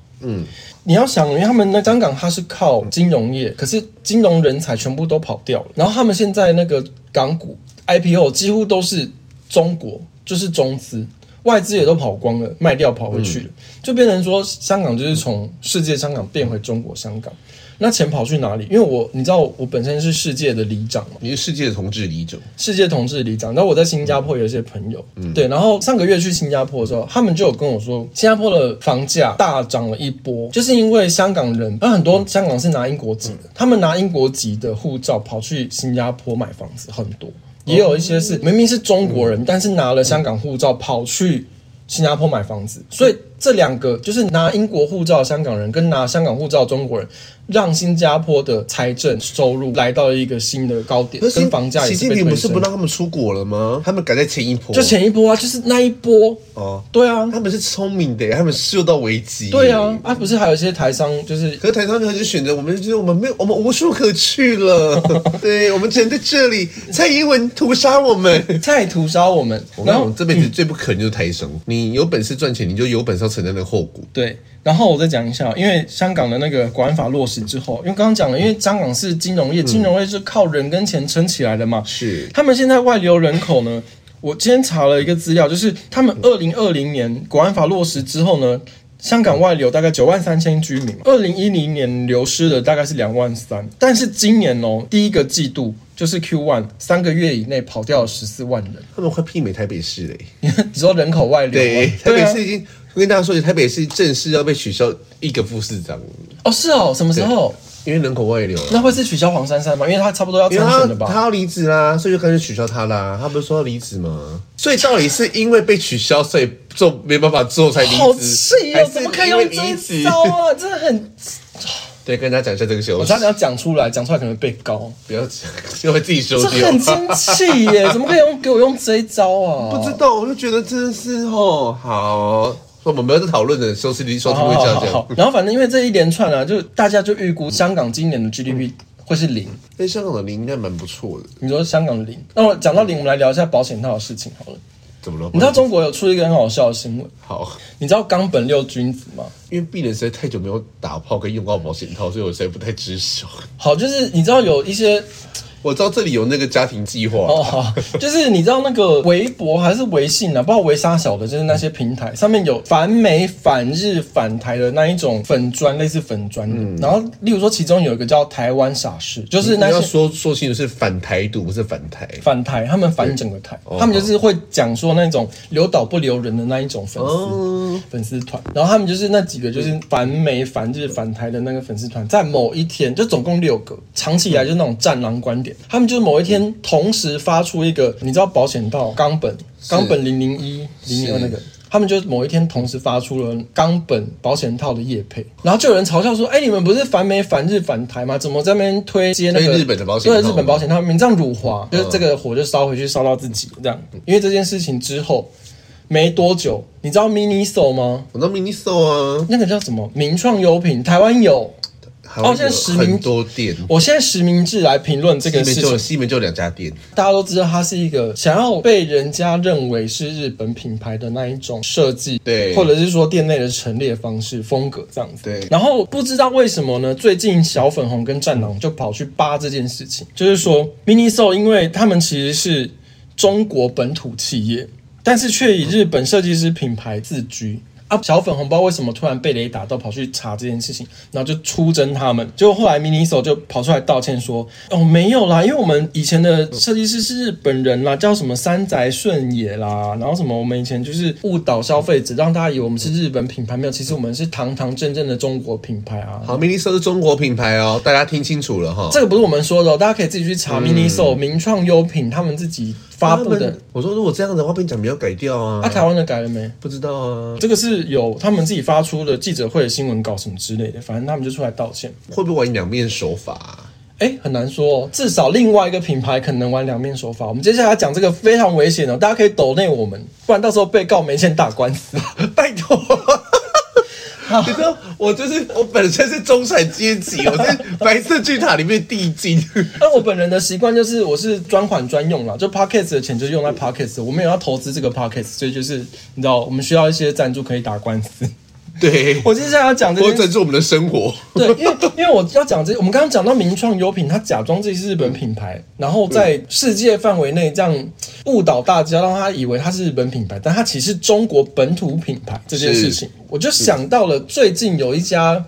你要想，因为他们那香港它是靠金融业，可是金融人才全部都跑掉了，然后他们现在那个港股 IPO 几乎都是中国，就是中资。外资也都跑光了，卖掉跑回去了，就变成说香港就是从世界香港变回中国香港。那钱跑去哪里？因为我你知道我本身是世界的里长嘛，你是世界同志里长，世界同志里长，然后我在新加坡有一些朋友，对，然后上个月去新加坡的时候，他们就有跟我说，新加坡的房价大涨了一波，就是因为香港人，呃那很多香港是拿英国籍的，他们拿英国籍的护照跑去新加坡买房子，很多，也有一些是明明是中国人，但是拿了香港护照跑去新加坡买房子，所以这两个就是拿英国护照的香港人跟拿香港护照的中国人，让新加坡的财政收入来到了一个新的高点，跟房价也习是近被平推不是升不。让他们出国了吗？他们赶在前一波，就前一波啊，就是那一波，哦，对啊，他们是聪明的，他们嗅到危机。对啊，，啊不是还有一些台商就是可是台商他就选择我们，就是我们没有，我们无处可去 了。对，我们只能在这里。蔡英文屠杀 我们。在屠杀我们，我跟然你后嗯讲，这辈子最不可能就是台商。你有本事赚钱，你就有本事要承担那个后果。对，然后我再讲一下，因为香港的那个国安法落实之后，因为刚刚讲了，因为香港是金融业，金融业是靠人跟钱撑起来的嘛，是他们现在外流人口呢，我今天查了一个资料，就是他们二零二零年国安法落实之后呢，香港外流大概九万三千居民，二零一零年流失的大概是两万三，但是今年哦，第一个季度就是 Q one 三个月以内跑掉了十四万人，他们快媲美台北市嘞、你看，你说人口外流对吗， 台北啊市，已经，我跟大家说，台北市正式要被取消一个副市长，哦是哦，什么时候？因为人口外流了。那会是取消黄珊珊吗？因为她差不多要因参为选他了他吧？要离职啦，所以就干脆取消他啦。他不是说要离职吗？所以到底是因为被取消，所以做没办法做才离职，好气还哦！是怎么可以因为用这离一职？招啊？真的很， 对，跟大家讲一下这个消我息差，点要讲出来，讲出来可能会被告。不要 讲，因为自己哦收这掉很。精气耶，怎么可以用给我用这一招啊？不知道，我就觉得真的是哦，好，我们没有在讨论的收视率、收听率这样这样。然后反正因为这一连串啊，就大家就预估香港今年的嗯 GDP 会是零。但哎香港的零应该蛮不错的，你说香港的零，那我讲到零，我们来聊一下保险套的事情好了。怎么了？你知道中国有出一个很好笑的新闻，好，你知道冈本六君子吗？因为病人实在太久没有打炮跟用到保险套，所以我实在不太知晓。好，就是你知道有一些我知道这里有那个家庭计划，哦， 好，就是你知道那个微博还是微信啊，不知道微沙小的，就是那些平台上面有反美、反日、反台的那一种粉砖，类似粉砖的。然后，例如说，其中有一个叫台湾傻事，就是嗯你那要些。说说清楚是反台独，不是反台。反台，他们反整个台，嗯他们哦就是会讲说那种留岛不留人的那一种粉丝、哦粉丝团，然后他们就是那几个就是反美、反日、反台的那个粉丝团，在某一天就总共六个，长期以来就那种战狼观点，点，他们就是某一天同时发出一个，你知道保险套冈本冈本零零一零零二那个。他们就某一天同时发出了冈本保险套的业配，然后就有人嘲笑说：“哎、你们不是反美、反日、反台吗？怎么在那边推接那个推日本的保险套嗯对日本保险套，你们这样辱华，就是这个火就烧回去，烧到自己这样。因为这件事情之后没多久，你知道 Miniso 吗？我到 Miniso 啊，那个叫什么名创优品，台湾有。还有哦现在实名很多店，我现在实名制来评论这西个门事就情，有西门就有两家店，大家都知道它是一个想要被人家认为是日本品牌的那一种设计，对或者是说店内的陈列方式、风格这样子，对然后不知道为什么呢，最近小粉红跟战狼就跑去扒这件事情，就是说 Miniso，因为他们其实是中国本土企业，但是却以日本设计师品牌自居。啊，小粉红不知道为什么突然被雷打到，跑去查这件事情，然后就出征他们。结果后来 Miniso 就跑出来道歉说：“哦，没有啦，因为我们以前的设计师是日本人啦，叫什么山宅顺也啦，然后什么我们以前就是误导消费者，让大家以为我们是日本品牌，没有，其实我们是堂堂正正的中国品牌啊。”好，Miniso 是中国品牌哦，大家听清楚了哈。这个不是我们说的、哦，大家可以自己去查 Miniso、名创优品他们自己发布嗯他的们。我说如果这样的话，变讲没有改掉啊。啊，台湾的改了没？不知道啊，这个是有他们自己发出的记者会的新闻稿什么之类的，反正他们就出来道歉。会不会玩两面手法啊、哎，很难说哦，至少另外一个品牌可能玩两面手法。我们接下来讲这个非常危险哦，大家可以抖内我们，不然到时候被告没钱打官司， 拜托。你知道，我就是我本身是中产 阶级，我是白色巨塔里面地精。但我本人的习惯就是，我是专款专用啦，就 Pockets 的钱就用在 Pockets，我没有要投资这个 Pockets，所以就是你知道，我们需要一些赞助可以打官司。对，我接下来要讲这我件事拯救我们的生活。 对，因为因为我要讲这，我们刚刚讲到名创优品，它假装自己是日本品牌，然后在世界范围内这样误导大家，让他以为它是日本品牌，但它其实是中国本土品牌这件事情，我就想到了最近有一家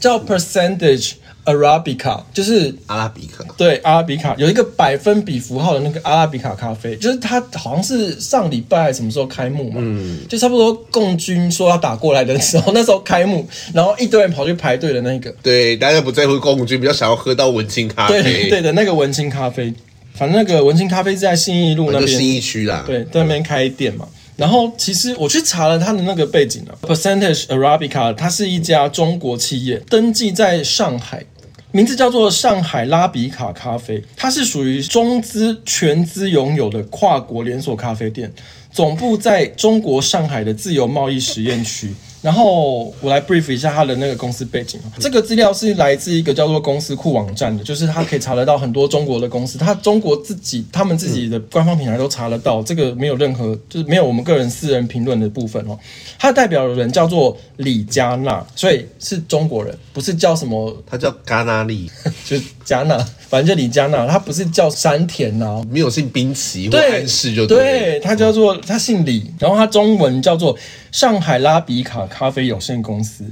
叫 Percentage Arabica，就是阿拉比克，对，阿拉比卡有一个百分比符号的那个阿拉比卡咖啡，就是它好像是上礼拜什么时候开幕嘛，就差不多共军说要打过来的时候， 那时候开幕，然后一堆人跑去排队的那个，对，大家不在乎光武军，比较想要喝到文青咖啡。对对的那个文青咖啡，反正那个文青咖啡是在信义路那就边新一区啦。对，在那边开店嘛。然后其实我去查了它的那个背景啊，Percentage Arabica，它是一家中国企业，登记在上海，名字叫做上海拉比卡咖啡，它是属于中资全资拥有的跨国连锁咖啡店，总部在中国上海的自由贸易实验区。然后我来 brief 一下它的那个公司背景啊，这个资料是来自一个叫做公司库网站的，就是它可以查得到很多中国的公司，它中国自己他们自己的官方品牌都查得到，这个没有任何就是没有我们个人私人评论的部分哦。它的代表人叫做李佳娜，所以是中国人，不是叫什么它叫戛纳利，就是加纳，反正就李加纳，他不是叫山田啊呐、没有姓冰崎或对，安室就对了。对，他叫做他姓李，然后他中文叫做上海拉比卡咖啡有限公司，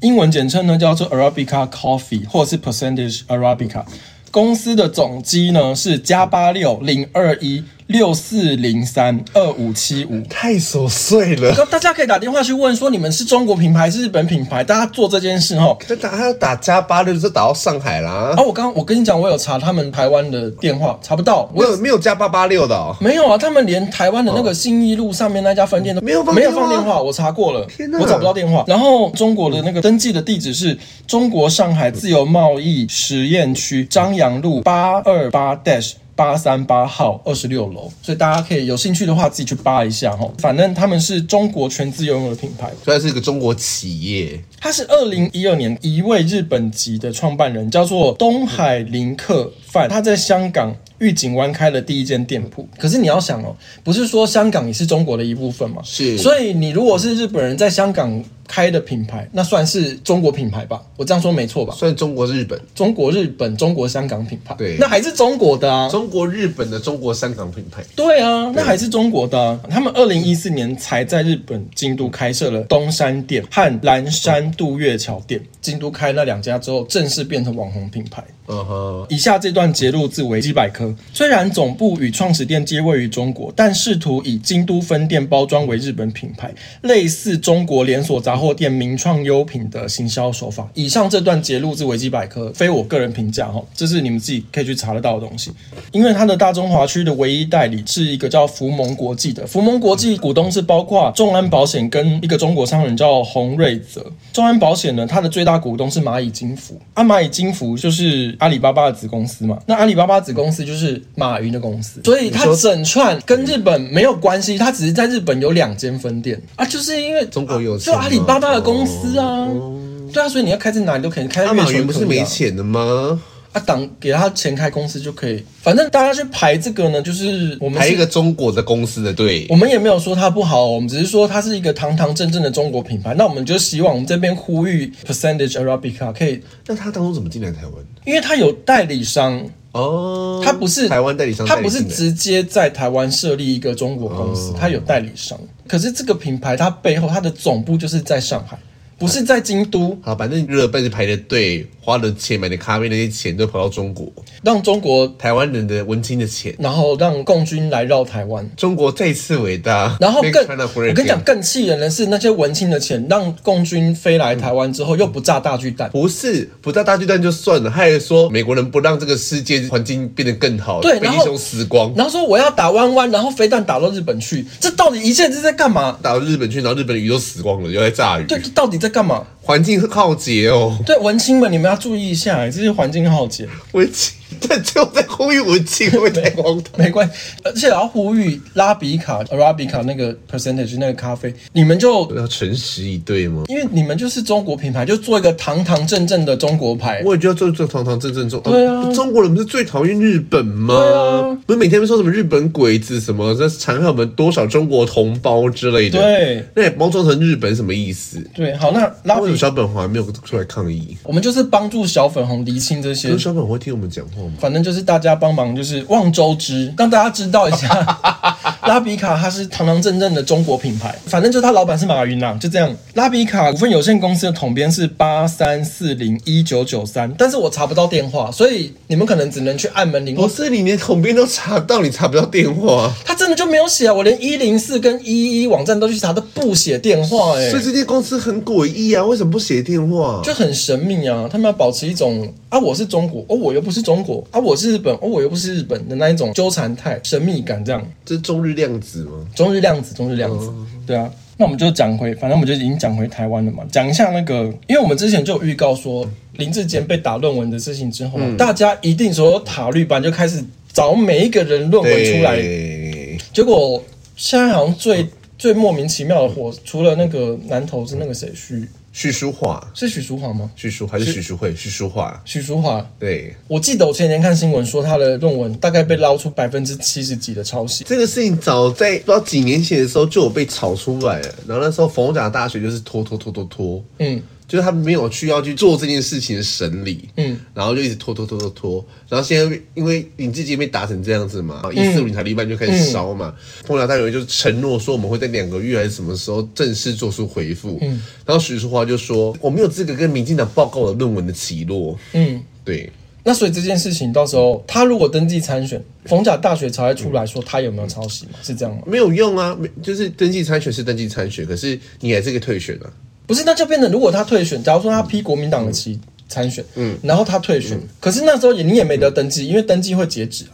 英文简称呢叫做 Arabica Coffee 或者是 Percentage Arabica。公司的总机呢是加八六零二一六四零三二五七五。太琐碎了。那大家可以打电话去问说你们是中国品牌是日本品牌，大家做这件事哈。他打他要打加八六，就打到上海啦然。后我刚我跟你讲，我有查他们台湾的电话，查不到，我没有没有加八八六的哦。没有啊，他们连台湾的那个信义路上面那家分店都没有哦放没电有话放电话，我查过了，天哪我找不到电话。然后中国的那个登记的地址是中国上海自由贸易实验区张杨路八二八 dash。八三八号二十六楼，所以大家可以有兴趣的话自己去扒一下哈。反正他们是中国全资拥有的品牌，虽然是一个中国企业，他是二零一二年一位日本籍的创办人，叫做东海林克范，他在香港御景湾开了第一间店铺。可是你要想哦，不是说香港也是中国的一部分嘛？是所以你如果是日本人在香港开的品牌，那算是中国品牌吧？我这样说没错吧？虽然中国日本，中国、日本、中国香港品牌，对那还是中国的啊。中国日本的中国香港品牌，对啊，那还是中国的啊、他们二零一四年才在日本京都开设了东山店和岚山渡月桥店。京都开那两家之后，正式变成网红品牌。嗯哼，以下这段截录自维基百科：虽然总部与创始店皆位于中国，但试图以京都分店包装为日本品牌，类似中国连锁杂货店名创优品的行销手法。以上这段截录自维基百科，非我个人评价哈，这是你们自己可以去查得到的东西。因为它的大中华区的唯一代理是一个叫福蒙国际的，福蒙国际股东是包括众安保险跟一个中国商人叫洪瑞泽。众安保险呢，它的最大股东是蚂蚁金服，啊，蚂蚁金服就是阿里巴巴的子公司嘛，那阿里巴巴子公司就是马云的公司，所以它整串跟日本没有关系，它只是在日本有两间分店啊，就是因为中国有就钱阿里巴巴的嘛公司啊。对啊，所以你要开在哪里都可以开在阿月球也可马以啊。云不是没钱的吗？啊，党给他钱开公司就可以，反正大家去排这个呢，就是我们还是哦有一个中国的公司的对我，们也没有说它不好，我们只是说它是一个堂堂正正的中国品牌。那我们就希望我们这边呼吁 Percentage Arabica 可以，那他当初怎么进来台湾？因为它有代理商，哦，它不是台湾代理商哦它代理不是进来，直接在台湾设立一个中国公司，它有代理商。可是这个品牌它背后它的总部就是在上海，不是在京都，好，反正日本是排的队，花的钱买的咖啡那些钱都跑到中国，让中国，台湾人的文青的钱，然后让共军来绕台湾。中国再次伟大。然后 Make 更， China 我 great 跟你讲， again，更气人的是那些文青的钱，让共军飞来台湾之后又不炸大巨蛋。不是不到大巨蛋就算了，还说美国人不让这个世界环境变得更好，对被然英后雄死光。然后说我要打弯弯，然后飞弹打到日本去，这到底一切是在干嘛？打到日本去，然后日本的鱼都死光了，又在炸鱼，对，这到底在干嘛？环境浩劫哦。对，文青们，你们要注意一下，哎这些环境浩劫，文青，但最后在呼吁文青会不会太荒唐？没关系。而且我要呼吁拉比卡、Arabica 那个 percentage 那个咖啡，你们就要诚实以对吗？因为你们就是中国品牌，就做一个堂堂正正的中国牌。我也觉得做做堂堂正正中，对啊中国人不是最讨厌日本吗？对啊不是每天都说什么日本鬼子什么，这残害我们多少中国同胞之类的，对，那也包装成日本什么意思？对，好，那拉为比什么，小本红还没有出来抗议？我们就是帮助小粉红厘清这些可是。小本红会听我们讲话吗？反正就是大家帮忙，就是望周知，让大家知道一 下，拉比卡它是堂堂正正的中国品牌。反正就是它老板是马云啦、就这样。拉比卡股份有限公司的统编是八三四零一九九三，但是我查不到电话，所以你们可能只能去按门铃。不哦是，你连统编都查不到，你查不到电话，他真的就没有写啊，我连一零四跟一一网站都去查，都不写电话、欸，所以这间公司很诡异啊，为什么不写电话？就很神秘啊。他们要保持一种啊，我是中国，哦，我又不是中国，啊，我是日本，哦，我又不是日本的那一种纠缠态、神秘感这样。这是中日量子吗？中日量子，中日量子，对啊。那我们就讲回，反正我们就已经讲回台湾了嘛，讲一下那个，因为我们之前就有预告说林志坚被打论文的事情之后，大家一定所有塔绿班就开始找每一个人论文出来，对结果现在好像最最莫名其妙的火，除了那个南投是那个谁徐叙述化，是许淑华吗？叙述还是叙述会，叙述化，许淑华，对。我记得我前年看新闻说他的论文大概被捞出百分之七十几的抄袭，这个事情早在不知道几年前的时候就有被炒出来了，然后那时候逢甲大学就是拖拖拖拖拖，嗯，就是他们没有去要去做这件事情的审理，嗯，然后就一直拖拖拖拖拖，然后现在因为林志杰被打成这样子嘛，一四五台立办就开始烧嘛，逢甲大学就承诺说我们会在两个月还是什么时候正式做出回复，嗯，然后许淑华就说我没有资格跟民进党报告我的论文的起落，嗯，对，那所以这件事情到时候他如果登记参选，逢甲大学才会出来说他有没有抄袭嘛？是这样吗？没有用啊，没就是登记参选是登记参选，可是你还是可以退选啊。不是，那就变成如果他退选，假如说他批国民党的旗参选，嗯，然后他退选，可是那时候也你也没得登记，因为登记会截止啊。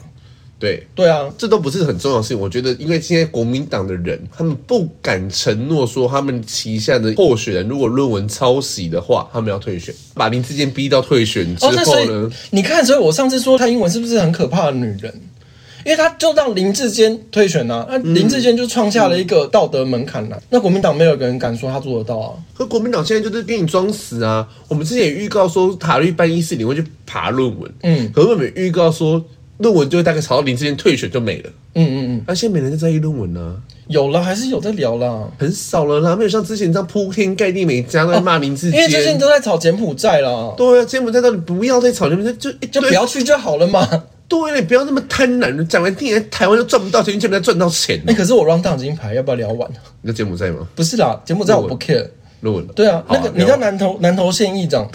对，对啊，这都不是很重要的事情。我觉得，因为现在国民党的人，他们不敢承诺说他们旗下的候选人如果论文抄袭的话，他们要退选，把林志坚逼到退选之哦，那所后以呢？你看，所以我上次说蔡英文是不是很可怕的女人？因为她就让林志坚退选啊，那林志坚就创下了一个道德门槛了、啊那国民党没有一个人敢说他做得到啊。可国民党现在就是给你装死啊！我们之前也预告说塔利班一四零会去爬论文，嗯，可是我们也预告说论文就会大概吵到林志坚退选就没了，嗯嗯嗯，而、现在没人在在意论文啊，有了，还是有在聊啦。很少了啦，没有像之前这样铺天盖地每家都在骂林志因坚、为最近都在吵柬埔寨啦，对啊，柬埔寨到底不要再吵，你们就就就不要去就好了嘛。对了，你不要那么贪婪，讲完听来台湾都赚不到钱，你柬埔寨赚到钱啊 哎、。可是我 round down 已经排，要不要聊完？你在柬埔寨吗？不是啦，柬埔寨我不 care。论文了？对啊，好那个你知道聊南投南投县议长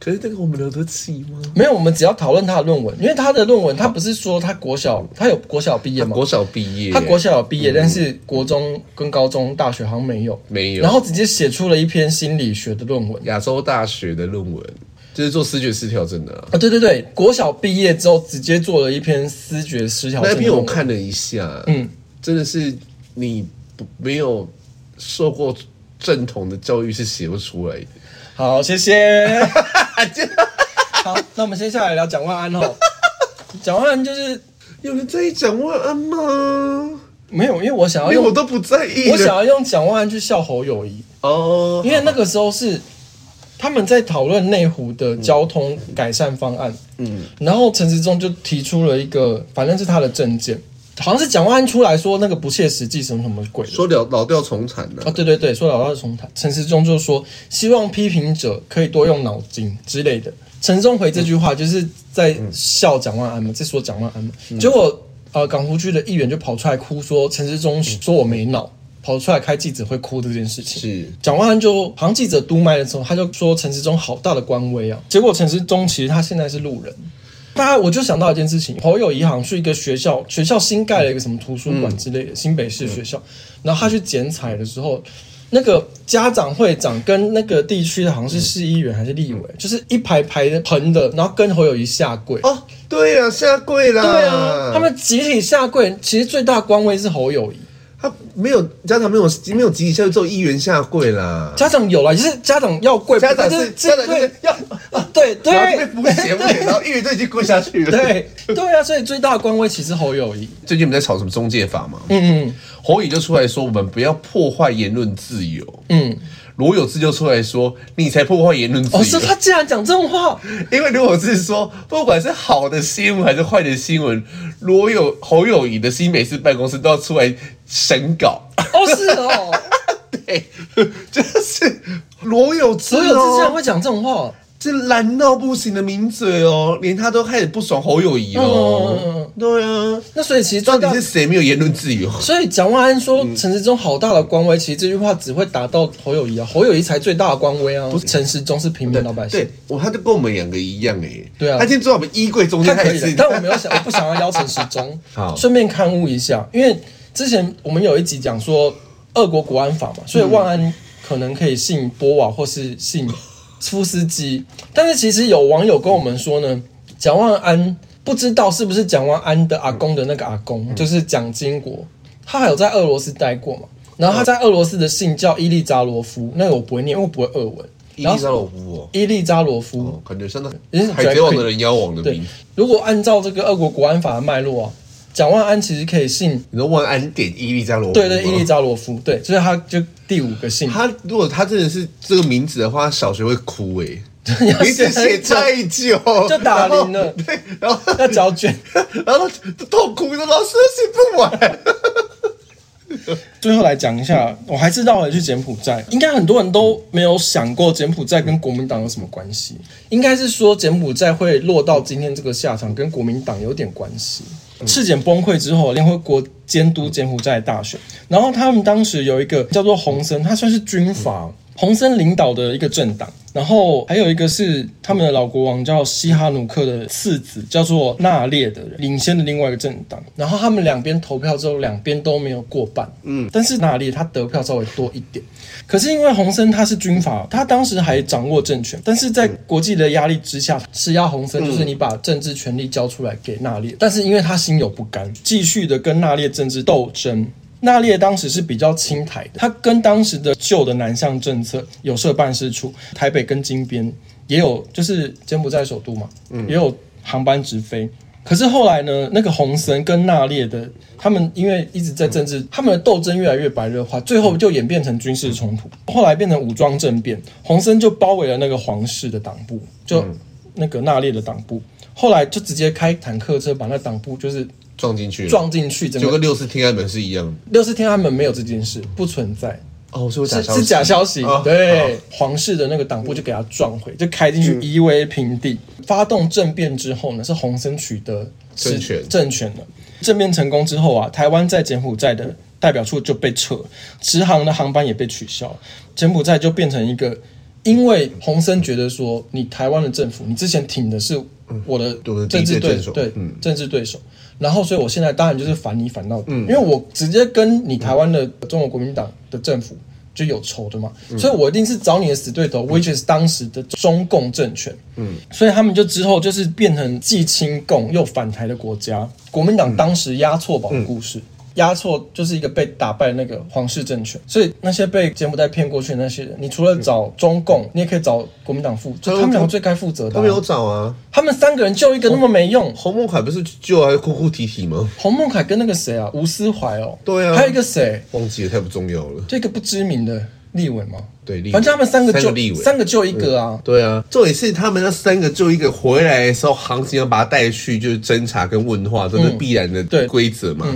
可是这个我们留得起吗？没有，我们只要讨论他的论文，因为他的论文，他不是说他国小，他有国小毕业吗？国小毕业，嗯他国小有毕业，但是国中跟高中、大学好像没有，没有然后直接写出了一篇心理学的论文亚洲大学的论文，就是做视觉失调症的啊、啊，对对对，国小毕业之后直接做了一篇思觉失调症论那文。篇我看了一下，哦嗯，真的是你不没有受过正统的教育是写不出来的。好，谢 谢。好，那我们先下来聊蒋万安哦。蒋万安就是有人在意啊蒋万安吗？没有，因为我想要连哦用我都不在意了。我想要用蒋万安去笑侯友谊，哦因，为那个时候是他们在讨论内湖的交通改善方案，嗯，然后陈时中就提出了一个，反正是他的政见，好像是蒋万安出来说那个不切实际什么什么鬼的。说老老调重弹呢、哦，对对对，说老大重谈，陈时中就说希望批评者可以多用脑筋之类的。陈时中回这句话就是在笑蒋万安嘛，在说蒋万安嘛。结果呃，港湖区的议员就跑出来哭说陈时中说我没脑，跑出来开记者会哭这件事情。是蒋万安就好像记者督麦的时候，他就说陈时中好大的官威啊。结果陈时中其实他现在是路人。大家我就想到一件事情，侯友谊好像去一个学校，学校新盖了一个什么图书馆之类嗯的，新北市学校，然后他去剪彩的时候。那个家长会长跟那个地区的好像是市议员还是立委，就是一排排的横的，然后跟侯友谊下跪。嗯哦，对啊，下跪啦。对啊，他们集体下跪，其实最大官威是侯友谊。他没有家长没有没有集体下跪，只有议员下跪啦。家长有了，就是家长要跪，家长就是家长就是对要，啊对对然后被扶起不然后议员就已经跪下去了。， 对对啊，所以最大的官威其实侯友谊。最近我们在吵什么中介法嘛？嗯侯友就出来说，我们不要破坏言论自由。嗯嗯，罗有志就出来说，你才破坏言论自由。哦，是他竟然讲这种 话，因为如果是说，不管是好的新闻还是坏的新闻，罗有侯友谊的新北市办公室都要出来审稿。哦是 哦，对，哎就是罗有志、哦，所有之竟然会讲这种话，哦这懒到不行的名嘴哦，连他都开始不爽侯友谊嗯哦。嗯嗯嗯对啊，那所以其实到最底大是，嗯谁没有言论自由？所以蒋万安说陈时中好大的官威，其实这句话只会打到侯友谊啊，侯友谊才最大的官威啊，陈时中是平民老百姓对。，我他就跟我们两个一样哎、对啊他今天坐在我们衣柜中他间，可以也的是，但我没有想，我不想要邀陈时中好。顺便刊物一下，因为之前我们有一集讲说俄国国安法嘛，所以万安可能可以信波瓦或是信夫斯基，但是其实有网友跟我们说呢，蒋万安不知道是不是蒋万安的阿公的那个阿公，就是蒋经国，他还有在俄罗斯待过嘛。然后他在俄罗斯的姓叫伊利扎罗夫，那个我不会念，因为我不会俄文。伊然丽后莎老夫哦。伊利扎罗夫，哦，感觉像也是那海贼王的人妖王的对名字，，如果按照这个俄国国安法的脉络啊，蒋万安其实可以信，你说万安点伊丽莎罗夫吗，对哦对，伊利扎罗夫，对，所以他就第五个姓。他如果他真的是这个名字的话，他小学会哭哎、要你只写太久，就打铃了然后 对，然后要胶卷，然后痛哭的老师写不完。 最后来讲一下，我还是绕回去柬埔寨。应该很多人都没有想过柬埔寨跟国民党有什么关系，应该是说柬埔寨会落到今天这个下场，跟国民党有点关系。赤柬崩溃之后，联合国监督柬埔寨的大选，然后他们当时有一个叫做洪森，他算是军阀，洪森领导的一个政党，然后还有一个是他们的老国王叫西哈努克的次子，叫做纳列的人领先的另外一个政党，然后他们两边投票之后，两边都没有过半，嗯，但是纳列他得票稍微多一点，可是因为洪森他是军阀，他当时还掌握政权，但是在国际的压力之下，施压洪森就是你把政治权力交出来给纳列，但是因为他心有不甘，继续的跟纳列政治斗争，纳列当时是比较亲台的，他跟当时的旧的南向政策有设办事处，台北跟金边也有，就是柬埔寨首都嘛，也有航班直飞。可是后来呢，那个洪森跟纳列的他们因为一直在政治，他们的斗争越来越白热化，最后就演变成军事冲突，后来变成武装政变，洪森就包围了那个皇室的党部，就嗯那个纳列的党部，后来就直接开坦克车把那党部就是 撞进去了，撞进去，整就个跟六四天安门是一样的。六四天安门没有这件事，不存在，哦，是我是假消息，是假消息。哦嗯对，皇室的那个党部就给他撞毁，就开进去夷为平地。发动政变之后呢，是洪森取得实政权政权了。政变成功之后啊，台湾在柬埔寨的代表处就被撤，直航的航班也被取消，柬埔寨就变成一个。因为洪森觉得说，你台湾的政府，你之前挺的是我的我的政敌治嗯对对对手对嗯政治对手，然后所以我现在当然就是反你反到底，因为我直接跟你台湾的中国国民党的政府就有仇的嘛，所以我一定是找你的死对头，which is 当时的中共政权，嗯，所以他们就之后就是变成既亲共又反台的国家，国民党当时押错宝的故事。押错就是一个被打败的那个皇室政权，所以那些被柬埔寨骗过去的那些人，你除了找中共，你也可以找国民党负，就嗯他们两个最该负责的、他啊们。有找啊，他们三个人就一个那么没用，洪孟凯不是就还哭哭啼啼吗？洪孟凯跟那个谁啊，吴思怀哦，对啊还有一个谁，忘记了太不重要了。就一个不知名的立委嘛，对立委反正他们三个三个就立委三个就一个啊，对啊，重点是他们那三个就一个回来的时候，行情要把他带去就是侦查跟问话，这是必然对的规则嘛。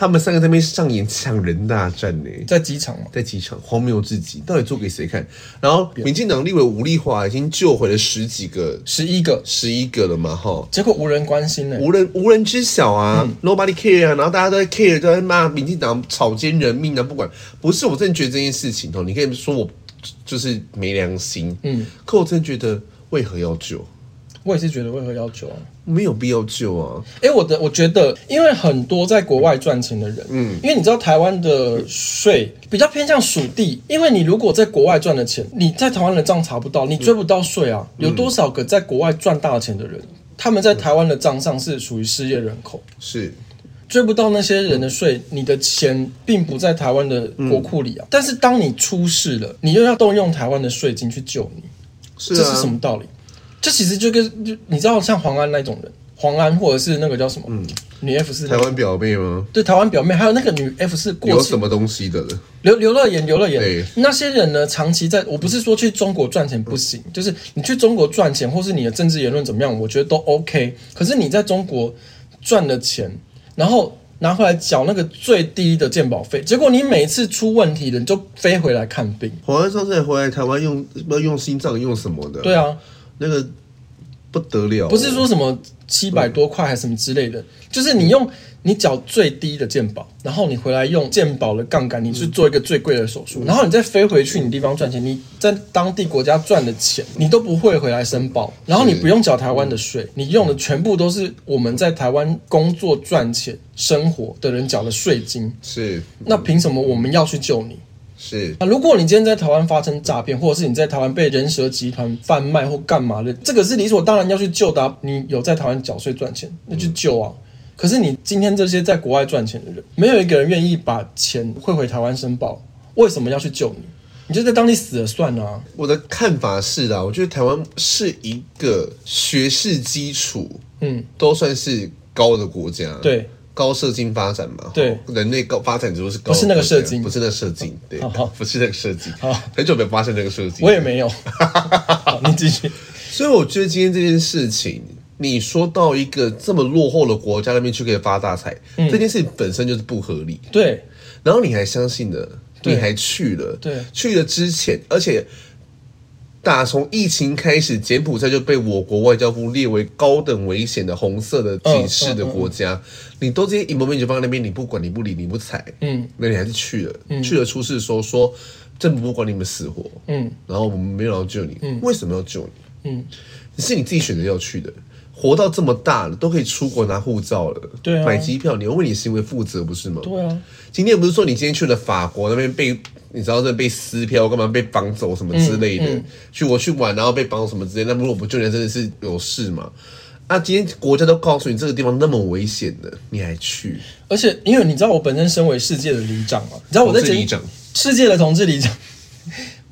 他们三个在那边上演抢人大战呢、在机场嘛，在机场荒谬至极，到底做给谁看？然后民进党立委吴丽华已经救回了十几个、十一个，十一个了嘛，哈，结果无人关心呢、无人无人知晓啊、n o b o d y care 啊，然后大家都在 care，都在骂民进党草菅人命啊，不管不是我真的觉得这件事情哦，你可以说我就是没良心，嗯，可我真的觉得为何要救？我也是觉得为何要求啊？没有必要救啊，哎、我的我觉得，因为很多在国外赚钱的人，嗯，因为你知道台湾的税比较偏向属地，因为你如果在国外赚的钱，你在台湾的账查不到，你追不到税啊。有多少个在国外赚大钱的人，他们在嗯台湾的账上是属于失业人口，是追不到那些人的税，你的钱并不在台湾的国库里啊。但是当你出事了，你又要动用台湾的税金去救你，是这啊，是什么道理？这其实就跟就你知道，像黄安那种人，黄安或者是那个叫什么，女 F 四台湾表妹吗？对台湾表妹，还有那个女 F 四过有气什么东西的了？刘刘乐言，刘乐言对，那些人呢，长期在我不是说去中国赚钱不行，就是你去中国赚钱，或是你的政治言论怎么样，我觉得都 OK。可是你在中国赚了钱，然后拿回来缴那个最低的鉴保费，结果你每次出问题了，你就飞回来看病。黄安上次还回来台湾用不知道用心脏用什么的，对，啊，那个不得了，不是说什么七百多块还是什么之类的，就是你用你缴最低的健保，然后你回来用健保的杠杆，你去做一个最贵的手术，然后你再飞回去你地方赚钱，你在当地国家赚的钱，你都不会回来申报，然后你不用缴台湾的税，你用的全部都是我们在台湾工作赚钱生活的人缴的税金，是那凭什么我们要去救你？是啊，如果你今天在台湾发生诈骗，或者是你在台湾被人蛇集团贩卖或干嘛的，这个是理所当然要去救的啊、你有在台湾缴税赚钱，那去救啊。可是你今天这些在国外赚钱的人，没有一个人愿意把钱汇回台湾申报，为什么要去救你？你就在当地死了算了啊。我的看法是啦，我觉得台湾是一个学士基础，嗯，都算是高的国家，对，高射精发展嘛，对吼人类高发展指数是高的国不家，是那个射精不是那个射精，对好好，不是那个射精好，很久没有发生那个射精，我也没有。好，你继续。所以我觉得今天这件事情，你说到一个这么落后的国家那边去可以发大财，嗯这件事本身就是不合理。对，然后你还相信了，对你还去了，对去了之前，而且打从疫情开始，柬埔寨就被我国外交部列为高等危险的红色的警示的国家。你都这些 information 放在那边，你不管，你不理，你不睬，嗯，那你还是去了，去了出事说说政府不管你们死活，嗯，然后我们没有要救你，为什么要救你？嗯，是你自己选择要去的。活到这么大了，都可以出国拿护照了，对啊买机票，你要为你行为负责，不是吗？对啊，今天不是说你今天去了法国那边被你知道这被撕票干嘛被绑走什么之类的，嗯去我去玩然后被绑走什么之类的，那如果不救人真的是有事嘛？啊，今天国家都告诉你这个地方那么危险的，你还去？而且因为你知道我本身身为世界的里长嘛，你知道我在同志里柬长世界的同志里长，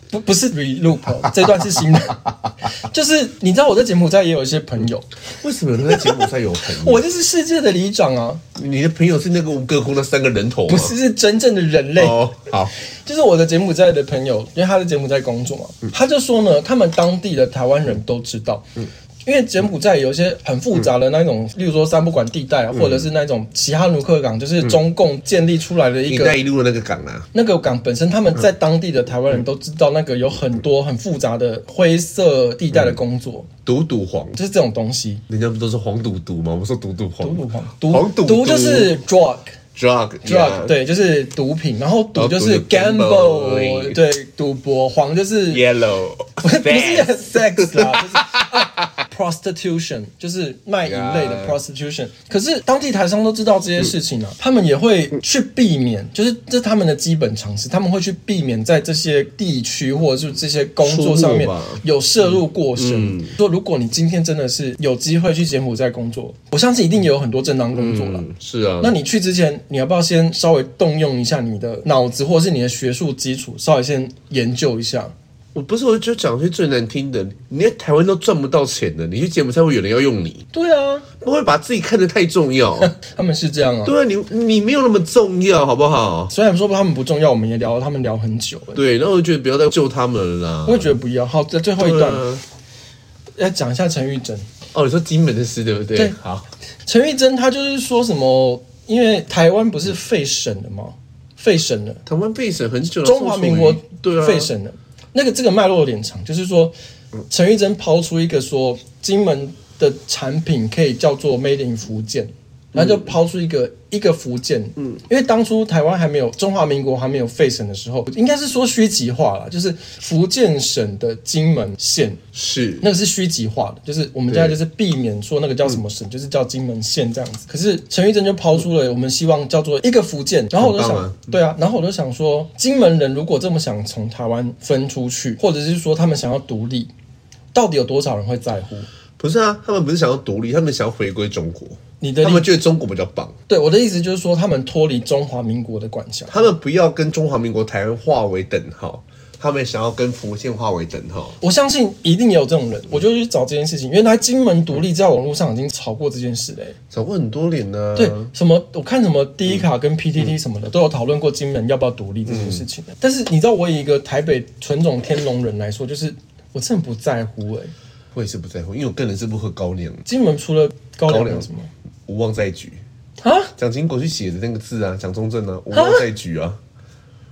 不 不是 reloop，哦这段是新的， 就是你知道我在柬埔寨也有一些朋友，为什么有人在柬埔寨有朋友？ 我就是世界的里长啊，你的朋友是那个吴哥窟那三个人头吗？不是是真正的人类，哦，好，就是我的柬埔寨的朋友，因为他在柬埔寨工作嗯嘛，他就说呢，他们当地的台湾人都知道。因为柬埔寨有一些很复杂的那嗯种，例如说三不管地带啊，或者是那种齐哈努克港，就是中共建立出来的一一个带一路的那个港啊，那个港本身，他们在当地的台湾人都知道，那个有很多很复杂的灰色地带的工作，赌赌黄，就是这种东西。人家不都是黄赌毒吗？我们说赌赌黄，毒毒黄黄赌毒毒就是 drug drug drug， yeah 对，就是毒品，然后然赌后就赌就是 gamble gamble，对，赌博，黄就是 yellow， 不是不啊是 sex 啦，就是、啊 prostitution，就是 卖淫类的 Yeah prostitution。可是当地台商都知道这些事情啊，他们也会去避免，就是这是他们的基本常识，他们会去避免在这些地区或者是这些工作上面出没吧有摄入过深。说如果你今天真的是有机会去柬埔寨工作，我相信一定也有很多正当工作了。嗯，是啊，那你去之前，你要不要先稍微动用一下你的脑子，或者是你的学术基础，稍微先研究一下？我不是，我就讲句最难听的，你在台湾都赚不到钱的，你去柬埔寨会有人要用你，对啊，不会把自己看得太 重要。他们是这样啊。对啊，你你没有那么重要，好不好？虽然说他们不重要，我们也聊他们聊很久了。对，那我就觉得不要再救他们了啦。我也觉得不要。好，在最后一段、对啊要讲一下陈玉珍。哦，你说金门的事对不对？对好，陈玉珍她就是说什么，因为台湾不是废省了吗？废省了，台湾被审很久了，中华民国宋楚瑜对啊，废省了。那个这个脉络有点长，就是说陈玉珍抛出一个说金门的产品可以叫做 Made in 福建，然后就嗯抛出一个一个福建，嗯，因为当初台湾还没有中华民国还没有废省的时候，应该是说虚极化了，就是福建省的金门县是那个是虚极化的，就是我们现在就是避免说那个叫什么嗯省，就是叫金门县这样子。可是陈玉珍就抛出了我们希望叫做一个福建，然后我就很想，棒啊对啊，然后我就想说，金门人如果这么想从台湾分出去，或者是说他们想要独立，到底有多少人会在乎？不是啊？他们不是想要独立，他们想要回归中国，你的他们意觉得中国比较棒，对我的意思就是说，他们脱离中华民国的管辖。他们不要跟中华民国台湾划为等号，他们想要跟福建划为等号。我相信一定有这种人，我就去找这件事情。原来金门独立在网络上已经吵过这件事欸嘞、找过很多脸呢、对，什么我看什嗯么第一卡跟 PTT 什么的、都有讨论过金门要不要独立这件事情、嗯但是你知道，我以一个台北纯种天龙人来说，就是我真的不在乎哎、我也是不在乎，因为我个人是不喝高粱，金门除了高高粱粱有什么无望再举。啊？蒋经国去写的那个字啊，蒋中 正啊，无望再举啊，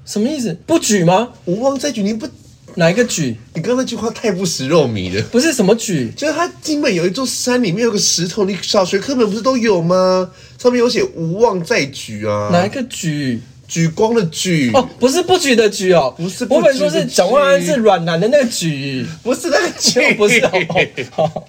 什么意思？不举吗？无望再举，你不，哪一个举？你刚刚那句话太不食肉糜了。不是什么举，就是它金门有一座山，里面有个石头，你小学课本不是都有吗？上面有写“无望再举”哪一啊，个举？举光的举，哦，不是不举的举哦，不是不我举本的举 说是蒋万安是阮南的那个举，不是那个举，不是哦。好